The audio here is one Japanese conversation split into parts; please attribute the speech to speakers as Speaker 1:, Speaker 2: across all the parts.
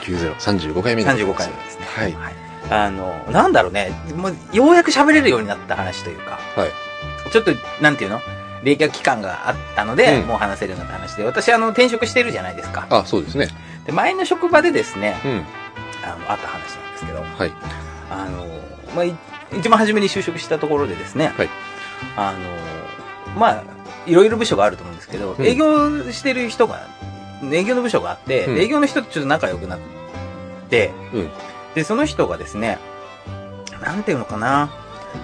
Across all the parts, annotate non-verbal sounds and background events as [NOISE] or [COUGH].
Speaker 1: 35回目でござい
Speaker 2: 35
Speaker 1: ます
Speaker 2: 回目ですね。
Speaker 1: はい
Speaker 2: はい。あの、なんだろうね、もう、ようやく喋れるようになった話というか、
Speaker 1: はい
Speaker 2: ちょっと、なんていうの冷却期間があったので、
Speaker 1: うん
Speaker 2: もう話せるようになった話で、私、あの、転職してるじゃないですか。
Speaker 1: あそうですね
Speaker 2: で、前の職場でですね、
Speaker 1: うん
Speaker 2: あの、あった話なんですけど、
Speaker 1: はい
Speaker 2: あの、まあい、一番初めに就職したところでですね、
Speaker 1: はい
Speaker 2: あの、まあ、いろいろ部署があると思うんですけど、
Speaker 1: うん
Speaker 2: 営業してる人が、営業の部署があって、
Speaker 1: うん
Speaker 2: 営業の人とちょっと仲良くなって、
Speaker 1: うん
Speaker 2: で、その人がですね、なんていうのかな、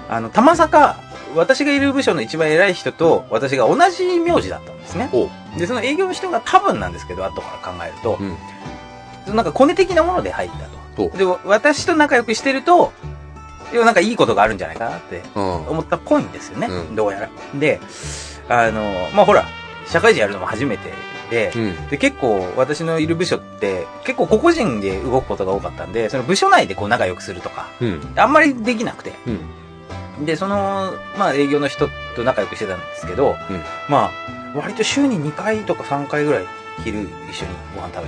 Speaker 2: あの、たまさか、私がいる部署の一番偉い人と、私が同じ名字だったんですね。
Speaker 1: おう
Speaker 2: で、その営業の人が多分なんですけど、後から考えると、
Speaker 1: ん
Speaker 2: なんかコネ的なもので入った
Speaker 1: お
Speaker 2: と。で、わ私と仲良くしてると、要はなんかいいことがあるんじゃないかなって
Speaker 1: あ
Speaker 2: 思ったっぽいんですよね。
Speaker 1: うん
Speaker 2: どうやら。で、あの、まあ、ほら、社会人やるのも初めてで
Speaker 1: ー、うん
Speaker 2: で、結構私のいる部署って、結構個々人で動くことが多かったんで、その部署内でこう仲良くするとか、
Speaker 1: うん
Speaker 2: あんまりできなくて。
Speaker 1: うん
Speaker 2: で、その、まあ営業の人と仲良くしてたんですけど、
Speaker 1: うん
Speaker 2: まあ、割と週に2回とか3回ぐらい昼一緒にご飯食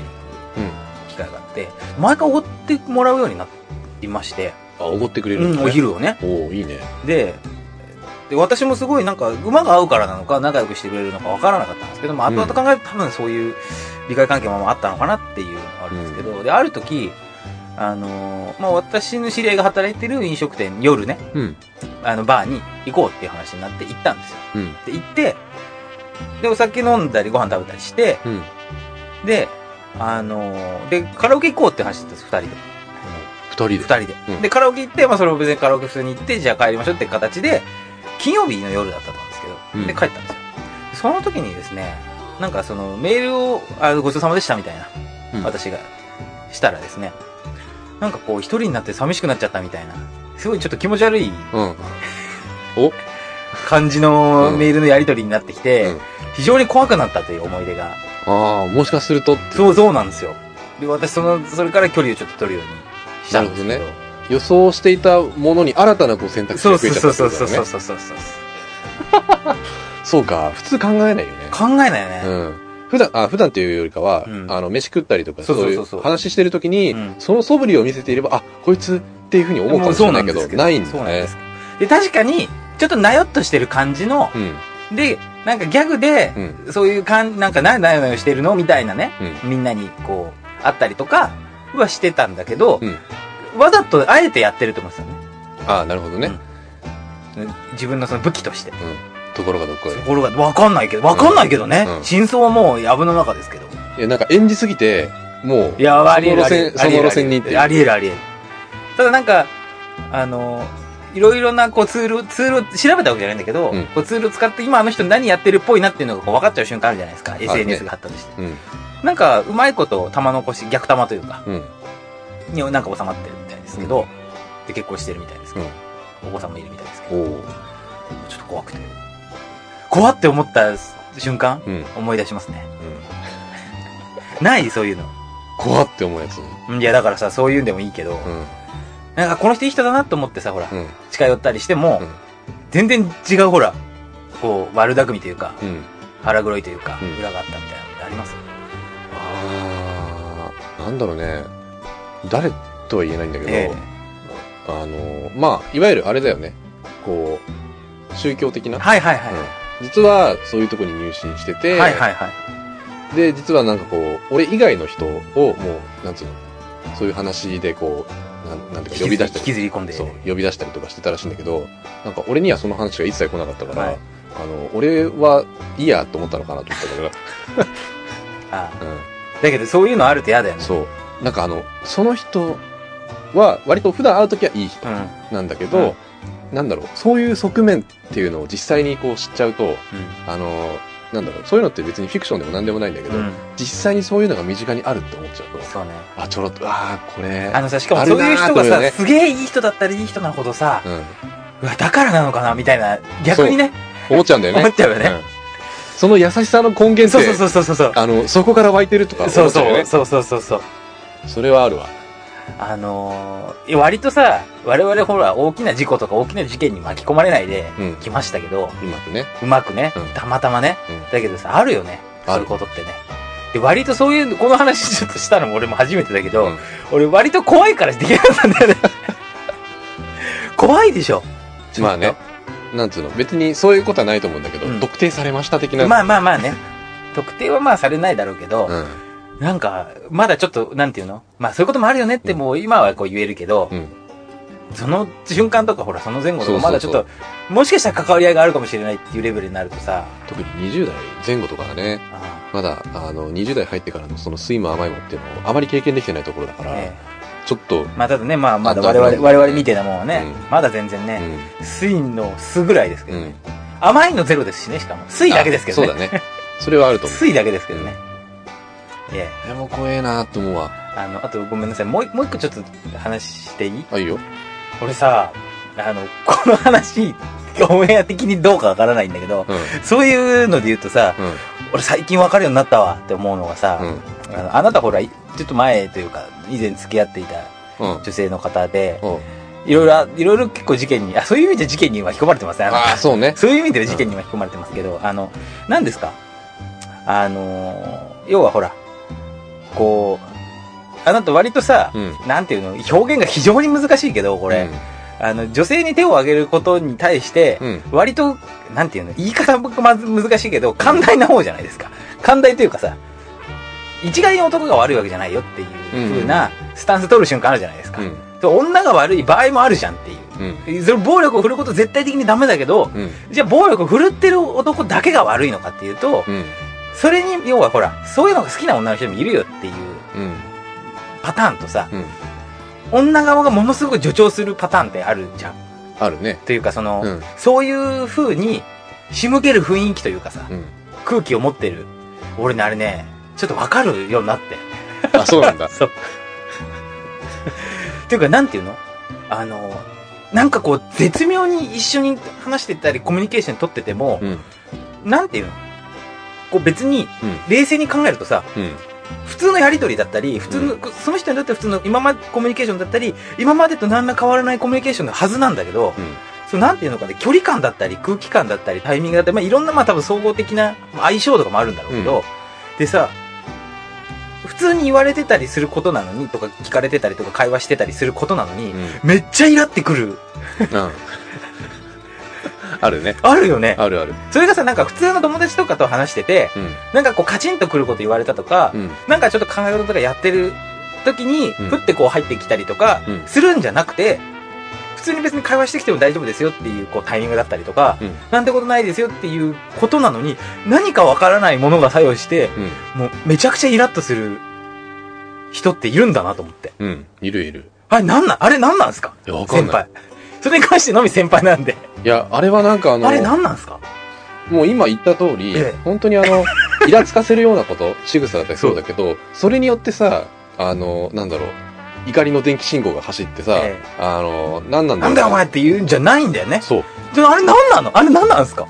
Speaker 2: べに
Speaker 1: うん
Speaker 2: 行く機会があって、毎回おごってもらうようになりまして、
Speaker 1: あおごってくれるん
Speaker 2: うんお
Speaker 1: ですね、
Speaker 2: 昼をね。
Speaker 1: おおいいね
Speaker 2: で、で、私もすごいなんか、馬が合うからなのか、仲良くしてくれるのかわからなかったんですけども、
Speaker 1: うん
Speaker 2: 後々考えると多分そういう利害関係もあったのかなっていうのがあるんですけど、で、ある時、あのーまあ、私の知り合いが働いてる飲食店、夜ね、
Speaker 1: うん
Speaker 2: あの、バーに行こうっていう話になって行ったんですよ。
Speaker 1: うん
Speaker 2: で、行って、で、お酒飲んだりご飯食べたりして、
Speaker 1: うん
Speaker 2: で、あのーで、カラオケ行こうって話だったんです、二人で。
Speaker 1: 二人で
Speaker 2: 二人で、
Speaker 1: うん
Speaker 2: で、カラオケ行って、まあ、それも別にカラオケ普通に行って、じゃあ帰りましょうって形で、金曜日の夜だったと思うんですけど、
Speaker 1: うん
Speaker 2: で、帰ったんですよ。その時にですね、なんかその、メールを、あごちそうさまでしたみたいな、
Speaker 1: うん
Speaker 2: 私が、したらですね、なんかこう、一人になって寂しくなっちゃったみたいな、すごいちょっと気持ち悪い
Speaker 1: うん
Speaker 2: 感じのメールのやり取りになってきて、
Speaker 1: うん
Speaker 2: 非常に怖くなったという思い出が。
Speaker 1: ああもしかすると
Speaker 2: そう、そうなんですよ。で、私、その、それから距離をちょっと取るようにしたんですけど。
Speaker 1: なるほど予想していたものに新たなこう選択肢
Speaker 2: そ
Speaker 1: が
Speaker 2: う
Speaker 1: 増
Speaker 2: そ
Speaker 1: え
Speaker 2: う
Speaker 1: ちゃっ
Speaker 2: そ
Speaker 1: た
Speaker 2: う
Speaker 1: って
Speaker 2: そうそうそうそうそう。
Speaker 1: ことだよねそうか普通考えないよね
Speaker 2: 考えないよね。
Speaker 1: うん普段あ普段っていうよりかは、
Speaker 2: うん
Speaker 1: あの飯食ったりとか
Speaker 2: そ
Speaker 1: そう
Speaker 2: そう
Speaker 1: うい
Speaker 2: そう
Speaker 1: う
Speaker 2: そう
Speaker 1: 話してる時に、
Speaker 2: うん
Speaker 1: その素振りを見せていればあこいつっていうふうに思うかもし
Speaker 2: そ
Speaker 1: れ
Speaker 2: う
Speaker 1: ない
Speaker 2: ん
Speaker 1: け
Speaker 2: で
Speaker 1: ど
Speaker 2: す
Speaker 1: ないん
Speaker 2: そう
Speaker 1: だ
Speaker 2: なんで
Speaker 1: ね
Speaker 2: すで、確かに、ちょっとなよっとしてる感じの
Speaker 1: う、ん
Speaker 2: で、なんかギャグで
Speaker 1: う、ん
Speaker 2: そういう感じ、なんかなよなよなよしてるのみたいなね、
Speaker 1: う
Speaker 2: みんなにこう、あったりとかはしてたんだけど、
Speaker 1: うん
Speaker 2: わざとあえてやってると思ってたね。
Speaker 1: ああなるほどね、
Speaker 2: 自分のその武器として。
Speaker 1: ところがどっこい
Speaker 2: ところが、わかんないけど、わかんないけどね。
Speaker 1: うんうん
Speaker 2: 真相はもう、やぶの中ですけど。
Speaker 1: いやなんか演じすぎてもう
Speaker 2: いや、ありえる。
Speaker 1: その路線
Speaker 2: ありえ
Speaker 1: その
Speaker 2: る
Speaker 1: 路線にっていう
Speaker 2: ありえる、ありえる。ただなんか、あの、いろいろなこうツール、ツールを調べたわけじゃないんだけど、
Speaker 1: うん
Speaker 2: こうツールを使って今あの人何やってるっぽいなっていうのがこう分かっちゃう瞬間あるじゃないですか。SNS が発達して。
Speaker 1: うん
Speaker 2: なんか、うまいこと玉残し、逆玉というか、
Speaker 1: うん
Speaker 2: になんか収まってるみたいですけど、で結婚してるみたいですけど、お子さんもいるみたいですけ
Speaker 1: お
Speaker 2: ど、
Speaker 1: お
Speaker 2: ちょっと怖くて。怖って思った瞬間、
Speaker 1: うん、うん、
Speaker 2: 思い出しますね。ないそういうの。
Speaker 1: 怖って思うやつう
Speaker 2: うんいや、だからさ、そういうんでもいいけど、
Speaker 1: ん
Speaker 2: なんかこの人いい人だなと思ってさ、ほら、
Speaker 1: うん
Speaker 2: 近寄ったりしても、
Speaker 1: うん
Speaker 2: 全然違うほら、こう、悪巧みというか、
Speaker 1: うん
Speaker 2: 腹黒いというか、
Speaker 1: うん
Speaker 2: 裏があったみたいなのってあります
Speaker 1: ああなんだろうね誰とは言えないんだけど、
Speaker 2: え
Speaker 1: あのまあいわゆるあれだよねこう宗教的
Speaker 2: え
Speaker 1: な、
Speaker 2: はいはいはい。
Speaker 1: うん実はそういうとこに入信してて、
Speaker 2: はいはいはい。
Speaker 1: で実はなんかこう俺以外の人をもうなんつうのそういう話でこうなんなんていうか呼び出した
Speaker 2: 引き
Speaker 1: り
Speaker 2: ずり込んで。
Speaker 1: そう呼び出したりとかしてたらしいんだけどなんか俺にはその話が一切来なかったから、
Speaker 2: はい
Speaker 1: あの俺はいいやと思ったのかなと思ったんだ
Speaker 2: あ
Speaker 1: けど、うん、
Speaker 2: だけどそういうのあると嫌だよね。
Speaker 1: そう。なんかあの、その人は、割と普段会うときはいい人
Speaker 2: うん。うん。
Speaker 1: なんだけど、なんだろう、そういう側面っていうのを実際にこう知っちゃうと、あの、なんだろう、そういうのって別にフィクションでも何でもないんだけど、
Speaker 2: うん。
Speaker 1: 実際にそういうのが身近にあるって思っちゃうと、
Speaker 2: そうね。
Speaker 1: あ、ちょろっと、あーこれ、
Speaker 2: あのさ、しかも
Speaker 1: ある
Speaker 2: そう
Speaker 1: なー
Speaker 2: いう人が
Speaker 1: と思うよ
Speaker 2: さ、
Speaker 1: ね
Speaker 2: すげえいい人だったらいい人なほどさ、
Speaker 1: うん、
Speaker 2: うわ、だからなのかなみたいな、逆にね、
Speaker 1: 思っちゃうんだよね。
Speaker 2: 思っちゃうよね
Speaker 1: んその優しさの根源って、
Speaker 2: そうそうそうそうそう。
Speaker 1: あの、そこから湧いてるとか
Speaker 2: そ
Speaker 1: 思
Speaker 2: う
Speaker 1: っちゃうよ
Speaker 2: そ
Speaker 1: ね。
Speaker 2: うそうそうそうそう。
Speaker 1: それはあるわ。
Speaker 2: あのー、割とさ、我々ほら、大きな事故とか大きな事件に巻き込まれないで
Speaker 1: うん。
Speaker 2: 来ましたけど、
Speaker 1: 今とね。
Speaker 2: うまくね
Speaker 1: うん、
Speaker 2: たまたまね
Speaker 1: うん。
Speaker 2: だけどさ、あるよね。
Speaker 1: あ
Speaker 2: そう
Speaker 1: る
Speaker 2: いうことってね。で割とそういうこの話 [LAUGHS] ちょっとしたのも俺も初めてだけど、
Speaker 1: うん
Speaker 2: 俺割と怖いからできなかったんだよ
Speaker 1: [LAUGHS]
Speaker 2: ね怖いでしょちょっと
Speaker 1: まあねなんつうの別にそういうことはないと思うんだけど、
Speaker 2: うん
Speaker 1: 特定されました的な、
Speaker 2: まあまあまあね特定はまあされないだろうけど、
Speaker 1: うん
Speaker 2: なんかまだちょっとなんていうのまあそういうこともあるよねってもう今はこう言えるけど、
Speaker 1: うん
Speaker 2: その瞬間とかほらその前後と
Speaker 1: そうそうそ
Speaker 2: か
Speaker 1: う
Speaker 2: まだちょっともしかしたら関わり合いがあるかもしれないっていうレベルになるとさ
Speaker 1: 特に20代前後とかがね
Speaker 2: あ
Speaker 1: まだあの20代入ってからのその酸いも甘いもっていうのをあまり経験できてないところだか
Speaker 2: あ
Speaker 1: ら、
Speaker 2: ね
Speaker 1: ちょっと、
Speaker 2: まあただねまあまだ
Speaker 1: あ
Speaker 2: 我
Speaker 1: だから
Speaker 2: 々我々みたいなもんはね、
Speaker 1: う
Speaker 2: まだ全然ね、スインの酢ぐらいですけ
Speaker 1: うん
Speaker 2: ど
Speaker 1: う
Speaker 2: ね、
Speaker 1: ん
Speaker 2: 甘いのゼロですしねしかもスイだけですけどね
Speaker 1: あそうだねそれはあると思う
Speaker 2: ついだけですけどね。ええ。
Speaker 1: でも怖えなって思うわ
Speaker 2: あの、あとごめんなさい。もう一、もう一個ちょっと話していい
Speaker 1: あいいよ
Speaker 2: 俺さ、あの、この話、オンエア的にどうかわからないんだけど、
Speaker 1: うん
Speaker 2: そういうので言うとさ、
Speaker 1: うん
Speaker 2: 俺最近わかるようになったわって思うのがさ、
Speaker 1: うん
Speaker 2: あのあなたほら、いちょっと前というか、以前付き合っていた
Speaker 1: うん
Speaker 2: 女性の方で、
Speaker 1: うん
Speaker 2: いろいろあ、いろいろ結構事件に、あ、そういう意味で事件に巻き込まれてますね。あなた
Speaker 1: ああそうね
Speaker 2: そういう意味では事件に巻き込まれてますけど、あの、何ですかあのー、要はほら、こう、あなた割とさ、
Speaker 1: うん
Speaker 2: なんていうの、表現が非常に難しいけど、これ、あの、女性に手を挙げることに対して、
Speaker 1: うん、うん
Speaker 2: 割と、なんていうの、言い方もまず難しいけど、寛大な方じゃないですか。寛大というかさ、一概に男が悪いわけじゃないよっていう風なスタンス取る瞬間あるじゃないですか。
Speaker 1: うん
Speaker 2: で女が悪い場合もあるじゃんっていう。
Speaker 1: うん
Speaker 2: それ暴力を振ること絶対的にダメだけど、
Speaker 1: うん
Speaker 2: じゃあ暴力を振るってる男だけが悪いのかっていうと、
Speaker 1: うん
Speaker 2: それに、要はほら、そういうのが好きな女の人もいるよっていう
Speaker 1: うん
Speaker 2: パターンとさ、
Speaker 1: うん
Speaker 2: 女側がものすごく助長するパターンってあるじゃん。
Speaker 1: あるね
Speaker 2: というかその、
Speaker 1: うん
Speaker 2: そういう風に仕向ける雰囲気というかさ、
Speaker 1: うん
Speaker 2: 空気を持ってる。俺ね、あれね、ちょっとわかるようになって。
Speaker 1: あそうなんだ
Speaker 2: そう。 [LAUGHS] っていうか、なんていうのあの、なんかこう、絶妙に一緒に話してたり、コミュニケーション取ってても
Speaker 1: う、ん
Speaker 2: なんていうのこう別に、
Speaker 1: う
Speaker 2: 冷静に考えるとさ、
Speaker 1: んうん
Speaker 2: 普通のやりとりだったり、普通の、その人にとっては普通の今までコミュニケーションだったり、今までと何ら変わらないコミュニケーションのはずなんだけど、
Speaker 1: うん
Speaker 2: そのなんていうのかね、距離感だったり、空気感だったり、タイミングだったり、まあ、いろんなまあ多分総合的なまあ相性とかもあるんだろうけど、でさ、普通に言われてたりすることなのに、とか聞かれてたりとか会話してたりすることなのに、
Speaker 1: うん
Speaker 2: めっちゃイラってくる。
Speaker 1: うんあるね
Speaker 2: あるよね。
Speaker 1: あるある
Speaker 2: それがさ、なんか普通の友達とかと話してて、
Speaker 1: うん
Speaker 2: なんかこうカチンとくること言われたとか、
Speaker 1: うん
Speaker 2: なんかちょっと考え事とかやってる時に、
Speaker 1: うん
Speaker 2: ふってこう入ってきたりとか
Speaker 1: う、ん
Speaker 2: するんじゃなくて、普通に別に会話してきても大丈夫ですよっていうこうタイミングだったりとか、
Speaker 1: うん
Speaker 2: なんてことないですよっていうことなのに、何かわからないものが作用して、
Speaker 1: うん
Speaker 2: もうめちゃくちゃイラッとする人っているんだなと思って。
Speaker 1: うんいるいる
Speaker 2: あれなんなんあれなんなんすか
Speaker 1: いやわかん
Speaker 2: 先
Speaker 1: ない
Speaker 2: 輩。それに関してのみ先輩なんで。
Speaker 1: いやあれはなんかあの
Speaker 2: あれなんなんすか
Speaker 1: もう今言った通り、
Speaker 2: ええ
Speaker 1: 本当にあ
Speaker 2: [LAUGHS]
Speaker 1: の、イラつかせるようなこと、仕草だったりそうだけど、それによってさ、あの、なんだろう、怒りの電気信号が走ってさ、
Speaker 2: え
Speaker 1: あの、なんなんだ
Speaker 2: な
Speaker 1: ろ
Speaker 2: ん
Speaker 1: う。
Speaker 2: だよお前って言うんじゃないんだよね。
Speaker 1: そう。
Speaker 2: であれなんなのあれなんなんすか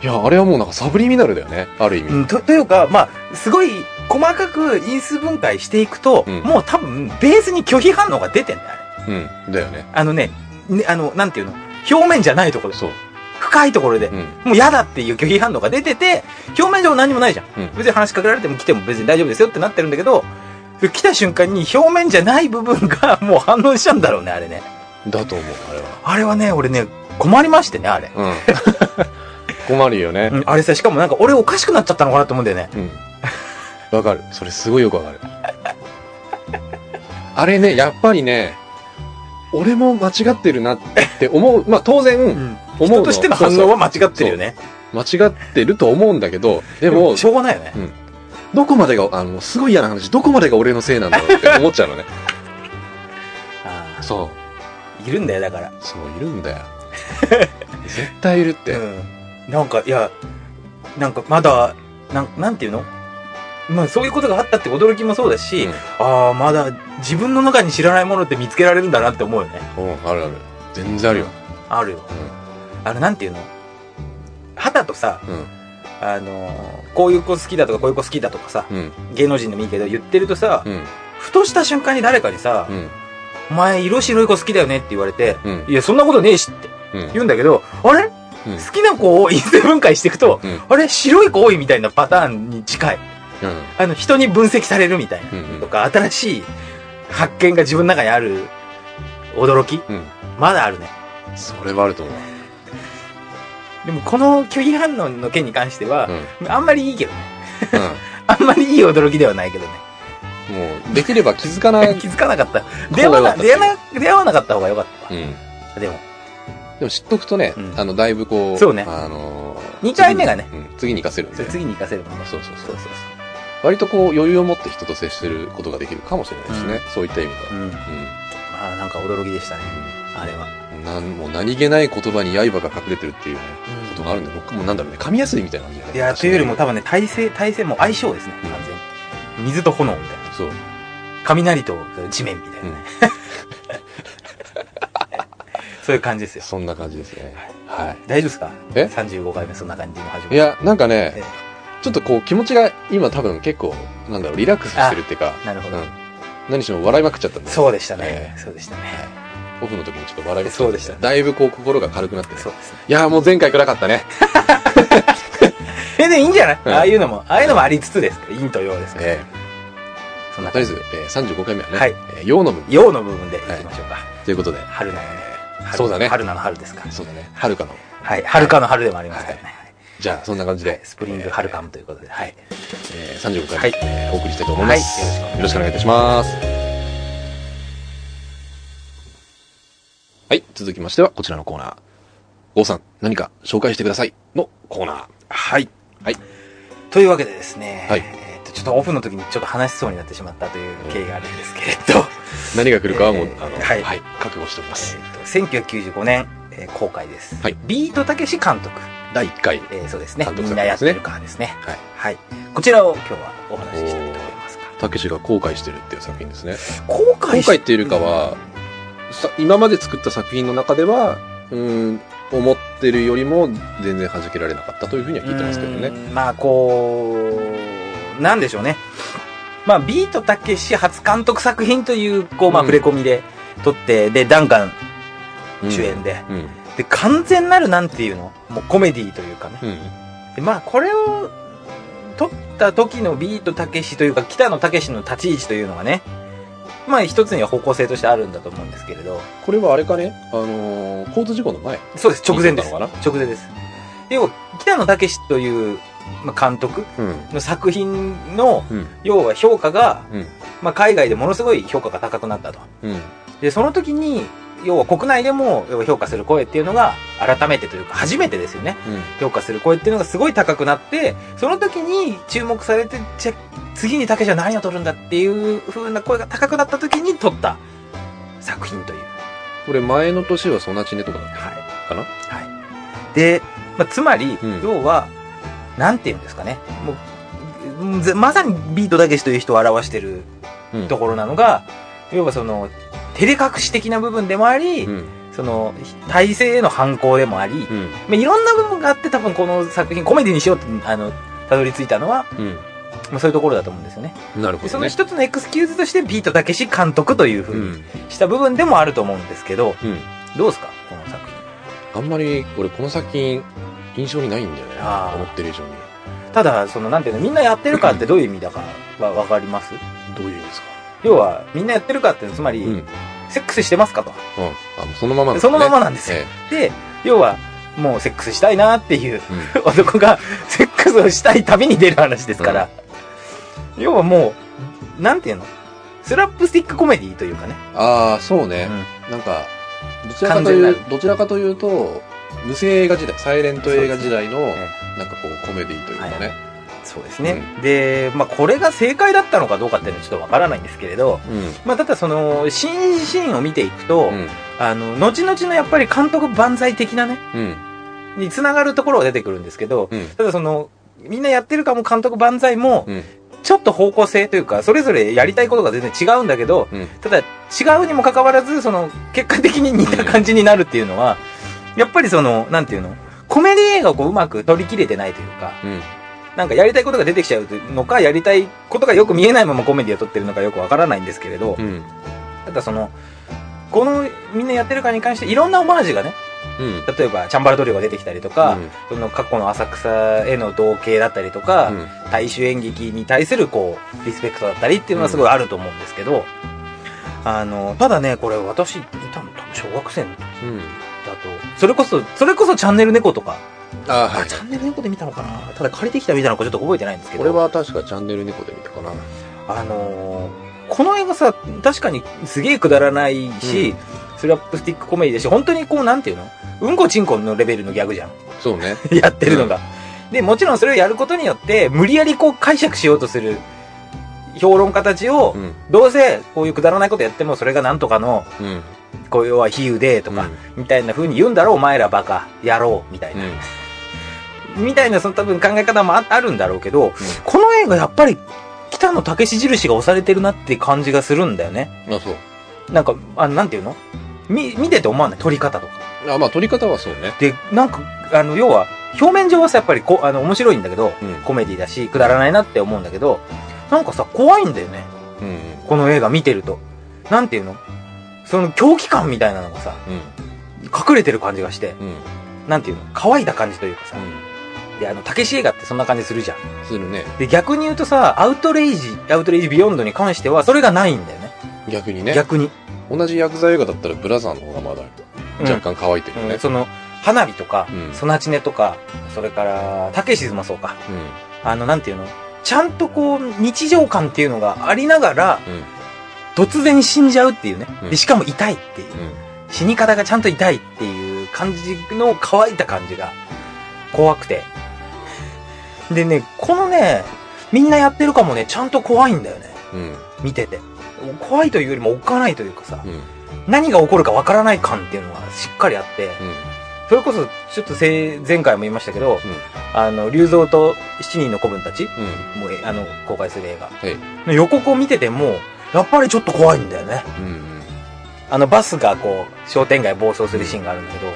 Speaker 1: いや、あれはもうなんかサブリミナルだよね、ある意味。
Speaker 2: うん、とというか、まあ、すごい細かく因数分解していくと、
Speaker 1: うん
Speaker 2: もう多分、ベースに拒否反応が出てんだよ、あれ
Speaker 1: うん、だよね。
Speaker 2: あのねね、あの、なんていうの、表面じゃないところで、
Speaker 1: そう。
Speaker 2: 深いところで、
Speaker 1: うん、
Speaker 2: もう嫌だっていう拒否反応が出てて、表面上何もないじゃん。
Speaker 1: うん
Speaker 2: 別に話しかけられても来ても別に大丈夫ですよってなってるんだけど、来た瞬間に表面じゃない部分が [LAUGHS] もう反応しちゃうんだろうね、あれね。
Speaker 1: だと思う、あれは。
Speaker 2: あれはね、俺ね、困りましてね、あれ。
Speaker 1: うん。 [LAUGHS] 困るよね
Speaker 2: う。んあれさ、しかもなんか俺おかしくなっちゃったのかなと思うんだよね。
Speaker 1: うん。わかる。それすごいよくわかる。あれね、やっぱりね、俺も間違ってるなって思う。まあ当然、
Speaker 2: ん。
Speaker 1: 思うの
Speaker 2: 人としての反応は間違ってるよね。
Speaker 1: 間違ってると思うんだけど、でも、
Speaker 2: しょうがないよね。
Speaker 1: どこまでが、あの、すごい嫌な話、どこまでが俺のせいなんだろうって思っち
Speaker 2: [LAUGHS]
Speaker 1: ゃうのね。
Speaker 2: あ
Speaker 1: そ
Speaker 2: ーいるんだよ、だから
Speaker 1: う。。そう、いるん
Speaker 2: [LAUGHS]
Speaker 1: だよ。絶対いるって。
Speaker 2: うん。なんか、いや、なんかまだ、なん、なんていうのまあそういうことがあったって驚きもそうだし、
Speaker 1: うん
Speaker 2: ああ、まだ自分の中に知らないものって見つけられるんだなって思うよね。
Speaker 1: うん、あるある。全然あるよ。
Speaker 2: あるよ。あの、なんていうの肌とさ、
Speaker 1: うん。
Speaker 2: あのーこういう子好きだとかこういう子好きだとかさ、
Speaker 1: うん。
Speaker 2: 芸能人でもいいけど言ってるとさ、
Speaker 1: うん。
Speaker 2: ふとした瞬間に誰かにさ
Speaker 1: う、ん。
Speaker 2: お前色白い子好きだよねって言われて、
Speaker 1: うん。
Speaker 2: いや、そんなことねえしって
Speaker 1: うん。
Speaker 2: 言うんだけど、あれ
Speaker 1: うん
Speaker 2: 好きな子を因数分解していくと、
Speaker 1: うん
Speaker 2: あれ白い子多いみたいなパターンに近い。
Speaker 1: うん。
Speaker 2: あの、人に分析されるみたいな。
Speaker 1: うんうん
Speaker 2: とか、新しい発見が自分の中にある驚き
Speaker 1: うん。
Speaker 2: まだあるね。
Speaker 1: それはあると思う。
Speaker 2: でも、この拒否反応の件に関しては
Speaker 1: うん。、うん。
Speaker 2: あんまりいいけどね。あんまりいい驚きではないけどね。
Speaker 1: もう、できれば気づかない。うん。
Speaker 2: [LAUGHS] 気づかなかった。
Speaker 1: う
Speaker 2: 出会わ
Speaker 1: だ
Speaker 2: な、
Speaker 1: った
Speaker 2: 出会わな、出会わなかった方が良かったわ。
Speaker 1: で
Speaker 2: でも、
Speaker 1: も知っとくとね
Speaker 2: う、ん
Speaker 1: あの、だいぶこう、
Speaker 2: そうね
Speaker 1: あのー、
Speaker 2: 二回目がね
Speaker 1: 次に、うん次に活かせるん
Speaker 2: そ
Speaker 1: で
Speaker 2: れ。次に活かせるもんね。
Speaker 1: そうそう
Speaker 2: そ
Speaker 1: そうう。
Speaker 2: そう
Speaker 1: 割とこう、余裕を持って人と接することができるかもしれないですね。
Speaker 2: うん
Speaker 1: そういった意味では
Speaker 2: そう。うん。まあ、なんか驚きでしたね。あれは。
Speaker 1: うん。なんもう何気ない言葉に刃が隠れてるっていうね
Speaker 2: うん
Speaker 1: ことがあるんで、僕もなんだろうね、噛みやすいみたいな感じじゃない
Speaker 2: いや、というよりも
Speaker 1: 多
Speaker 2: 多分ね、体勢、体勢も相性ですね、
Speaker 1: うん
Speaker 2: 完全に。水と炎みたいな。
Speaker 1: 分。そう。
Speaker 2: 雷と地面みたいなね。
Speaker 1: うん
Speaker 2: [LAUGHS] そういう感じですよ。
Speaker 1: そんな感じですね。は
Speaker 2: 大丈夫ですか
Speaker 1: え
Speaker 2: ?35 回目、そんな感じの始ま
Speaker 1: い。
Speaker 2: り。
Speaker 1: いや、なんか
Speaker 2: え
Speaker 1: ね、ちょっとこう気持ちが今多分結構、なんだろう、リラックスしてるっていうか、
Speaker 2: なる
Speaker 1: う
Speaker 2: ほど。
Speaker 1: ん。何しろ笑いまくっちゃったんで、
Speaker 2: そうでしたね
Speaker 1: え。
Speaker 2: そうでしたね。
Speaker 1: オフの時にちょっと笑いまくっちゃった
Speaker 2: そ
Speaker 1: ん
Speaker 2: うでしたね
Speaker 1: だいぶこう心が軽くなってね。
Speaker 2: そうですね。
Speaker 1: いやーもう前回暗かったね。
Speaker 2: え、でいいんじゃない
Speaker 1: うん
Speaker 2: ああいうのも、ああいうのもありつつですから、陰と陽ですから。
Speaker 1: え
Speaker 2: そん
Speaker 1: え
Speaker 2: な
Speaker 1: とりあえ
Speaker 2: 感じ。
Speaker 1: ず、えー、35回目はね、
Speaker 2: はい
Speaker 1: えー陽の部分
Speaker 2: 陽の部分でいきましょうか。
Speaker 1: ということで、
Speaker 2: 春なのね。春
Speaker 1: そうだね
Speaker 2: 春なの春ですから。
Speaker 1: そうだね、はるかの。
Speaker 2: はい。春かの春でもありますからね。
Speaker 1: じゃあ、そんな感じ
Speaker 2: は
Speaker 1: で、
Speaker 2: いスプリング春かもということで。はい。
Speaker 1: えー、35回、
Speaker 2: はい
Speaker 1: えーお送りしたいと思います、
Speaker 2: はい
Speaker 1: よろしくお願いいたします。はい、続きましてはこちらのコーナー。郷さん、何か紹介してくださいのコーナー。
Speaker 2: はい。
Speaker 1: はい。
Speaker 2: というわけでですね、
Speaker 1: はい
Speaker 2: えっと、ちょっとオフの時にちょっと話しそうになってしまったという経緯があるんですけれど、
Speaker 1: 何が来るかはもう、
Speaker 2: えー
Speaker 1: あの、
Speaker 2: は
Speaker 1: はいい、覚悟しております。
Speaker 2: えっと、1995年、えー公開です。
Speaker 1: はい
Speaker 2: ビートたけし監督。
Speaker 1: 第1回。
Speaker 2: えーそうですね。
Speaker 1: 監督
Speaker 2: み
Speaker 1: 作
Speaker 2: んなや
Speaker 1: で
Speaker 2: っ
Speaker 1: すね
Speaker 2: てるからですね。
Speaker 1: はい。
Speaker 2: はい。こちらを今日はお話ししたいと思いますが。
Speaker 1: たけしが後悔してるっていう作品ですね。
Speaker 2: 公
Speaker 1: 後
Speaker 2: 開し
Speaker 1: 悔っていうよりかは、さ今まで作った作品の中では、うーん、思ってるよりも全然弾けられなかったというふうには聞いてますけどね。
Speaker 2: うんまあこうなんでしょうねまあビートたけし初監督作品というこうまあ
Speaker 1: うん
Speaker 2: 触れ込みで撮って、でダンカン
Speaker 1: うん
Speaker 2: 主。演で、
Speaker 1: うん。
Speaker 2: で完全なるなんていうのもうコメディというかね、
Speaker 1: うん。
Speaker 2: でまあこれを撮った時のビートたけしというか北野たけしの立ち位置というのがねまあ一つには方向性としてあるんだと思うんですけれど
Speaker 1: これはあれかね、あのー、交通事故の前。
Speaker 2: そうです直前です
Speaker 1: ビートなの
Speaker 2: 直前です要は北野たけしというまあ監督
Speaker 1: うん。
Speaker 2: の作品の
Speaker 1: うん。
Speaker 2: 要は評価が、
Speaker 1: うん
Speaker 2: まあ、海外でものすごい評価が高くなったと。
Speaker 1: うん。
Speaker 2: で、その時に、要は国内でも要は評価する声っていうのが、改めてというか、初めてですよね。評価する声っていうのがすごい高くなって、その時に注目されて、じゃ、次に竹じゃ何を取るんだっていう風な声が高くなった時に取った作品という。
Speaker 1: これ前の年はソナチネとかだっ
Speaker 2: は。
Speaker 1: たかない
Speaker 2: はい。で、まあ、つまり、
Speaker 1: うん
Speaker 2: 要は、なんていうんですかね。もううんぜ、まさにビートたけしという人を表してる
Speaker 1: うん
Speaker 2: ところなのが、要はその、照れ隠し的な部分でもあり、
Speaker 1: うん。
Speaker 2: その、体制への反抗でもあり、ま
Speaker 1: う
Speaker 2: あ、
Speaker 1: ん。
Speaker 2: いろんな部分があって多分この作品、コメディにしようって、あの、たどり着いたのは、まあ、そういうところだと思うんですよね。
Speaker 1: うん。なる
Speaker 2: で
Speaker 1: ほ
Speaker 2: そ
Speaker 1: ど
Speaker 2: の
Speaker 1: ね。
Speaker 2: 一つのエクスキューズとして、ビートたけし監督というふ
Speaker 1: う
Speaker 2: うに
Speaker 1: ん。
Speaker 2: した部分でもあると思うんですけど、
Speaker 1: うん。
Speaker 2: どうですかこの作品。
Speaker 1: あんまり、俺この作品、印象にないんだよね
Speaker 2: あ。ー
Speaker 1: 思ってる以上に。
Speaker 2: ただ、その、なんていうの、みんなやってるかってどういう意味だかはわかります
Speaker 1: どういう意味ですか
Speaker 2: 要は、みんなやってるかっていうのはつまり、
Speaker 1: うん。うん。
Speaker 2: セックスしてますかと。
Speaker 1: あ、もうそのままなんだね
Speaker 2: そのままなんですよ
Speaker 1: え
Speaker 2: で、要は、もうセックスしたいなっていう
Speaker 1: えうん。
Speaker 2: 男がセックスをしたい旅に出る話ですから、要はもう、なんていうのスラップスティックコメディというかね。
Speaker 1: ああ、そうね。なんか、どちらかと
Speaker 2: 完
Speaker 1: い
Speaker 2: 全
Speaker 1: う
Speaker 2: な、
Speaker 1: どちらかというと、無声映画時代、サイレント映画時代の、
Speaker 2: そうです
Speaker 1: なんかこう、コメディというかね。
Speaker 2: そうですね。で、まあこれが正解だったのかどうかっていうのはちょっとわからないんですけれど、まあただその、新シーンを見ていくと、
Speaker 1: うん。うん。
Speaker 2: あの、後々のやっぱり監督万歳的なね、
Speaker 1: うん。
Speaker 2: に繋がるところが出てくるんですけど、
Speaker 1: うん。
Speaker 2: ただその、みんなやってるかも監督万歳も、
Speaker 1: うん
Speaker 2: ちょっと方向性というか、それぞれやりたいことが全然違うんだけど、
Speaker 1: うん
Speaker 2: ただ違うにもかかわらず、その、結果的に似た感じになるっていうのは、やっぱりその、なんていうのコメディ映画をこううまく取り切れてないというか、
Speaker 1: うん。
Speaker 2: なんかやりたいことが出てきちゃうのか、やりたいことがよく見えないままコメディを撮ってるのかよくわからないんですけれど、
Speaker 1: うん。
Speaker 2: ただその、このみんなやってるかに関していろんなオマージュがね、
Speaker 1: うん。
Speaker 2: 例えばチャンバラトリオが出てきたりとか、
Speaker 1: うん
Speaker 2: その過去の浅草への同型だったりとか、
Speaker 1: うん
Speaker 2: 大衆演劇に対するこうリスペクトだったりっていうのはすごいあると思うんですけど、あのただねこれ私いたの多分小学生の時だ
Speaker 1: うん。
Speaker 2: とそれこそそれこそチャンネル猫とか、
Speaker 1: あーは
Speaker 2: あ
Speaker 1: い
Speaker 2: チ。ャンネル猫で見たのかなただ借りてきたみたいなのかちょっと覚えてないんですけど
Speaker 1: 俺は確かチャンネル猫で見たかな。
Speaker 2: あのーこの映画さ確かにすげえくだらないし、
Speaker 1: うん
Speaker 2: スラップスティックコメディだし本当にこうなんていうのうんこちんこのレベルのギャグじゃん [LAUGHS]
Speaker 1: そうね。
Speaker 2: やってるのが、でもちろんそれをやることによって無理やりこう解釈しようとする評論家たちを、
Speaker 1: うん。
Speaker 2: どうせこういうくだらないことやってもそれがなんとかの
Speaker 1: うん。
Speaker 2: こう要は比喩でとか、みたいな風に言うんだろうお前らバカやろうみたいな
Speaker 1: う、ん。
Speaker 2: みたいなその多分考え方もああるんだろうけど、この映画やっぱり北野武印が押されてるなって感じがするんだよね。
Speaker 1: うん。あ、そう。
Speaker 2: なんか、あなんていうのみ、見てて思わない撮り方とか。
Speaker 1: あ、まあ、撮り方はそうね。
Speaker 2: で、なんか、あの、要は、表面上はさ、やっぱりこ、あの、面白いんだけど、
Speaker 1: うん
Speaker 2: コメディだし、くだらないなって思うんだけど、なんかさ、怖いんだよね。
Speaker 1: うん。
Speaker 2: この映画見てると。なんていうのその狂気感みたいなのがさ、
Speaker 1: うん。
Speaker 2: 隠れてる感じがして、
Speaker 1: うん。
Speaker 2: なんていうの乾いた感じというかさ、
Speaker 1: う
Speaker 2: で、あの、武士映画ってそんな感じするじゃん。
Speaker 1: ん。するね。
Speaker 2: で、逆に言うとさ、アウトレイジ、アウトレイジビヨンドに関しては、それがないんだよね。
Speaker 1: 逆にね。
Speaker 2: 逆に、
Speaker 1: 同じ薬剤映画だったらブラザーの方がまだ
Speaker 2: うん
Speaker 1: 若干乾いてるよ
Speaker 2: うん
Speaker 1: ね。
Speaker 2: その、花火とか、
Speaker 1: うん
Speaker 2: ソナチネとか、それから、たけしずもそうか。
Speaker 1: うん。
Speaker 2: あの、なんていうのちゃんとこう、日常感っていうのがありながら、
Speaker 1: うん。
Speaker 2: 突然死んじゃうっていうね。
Speaker 1: うん
Speaker 2: でしかも痛いっていう。
Speaker 1: うん。
Speaker 2: 死に方がちゃんと痛いっていう感じの乾いた感じが、怖くて。でね、このね、みんなやってるかもね、ちゃんと怖いんだよね。
Speaker 1: うん。
Speaker 2: 見てて。怖いというよりもおっかないというかさ、
Speaker 1: うん。
Speaker 2: 何が起こるかわからない感っていうのはしっかりあって、
Speaker 1: うん。
Speaker 2: それこそちょっとせ前回も言いましたけど、
Speaker 1: ん
Speaker 2: あの、竜蔵と七人の子分たち、
Speaker 1: うん。
Speaker 2: もうえあの、公開する映画
Speaker 1: い。
Speaker 2: の予告を見てても、やっぱりちょっと怖いんだよね。
Speaker 1: うん。
Speaker 2: あの、バスがこう、商店街暴走するシーンがあるんだけど、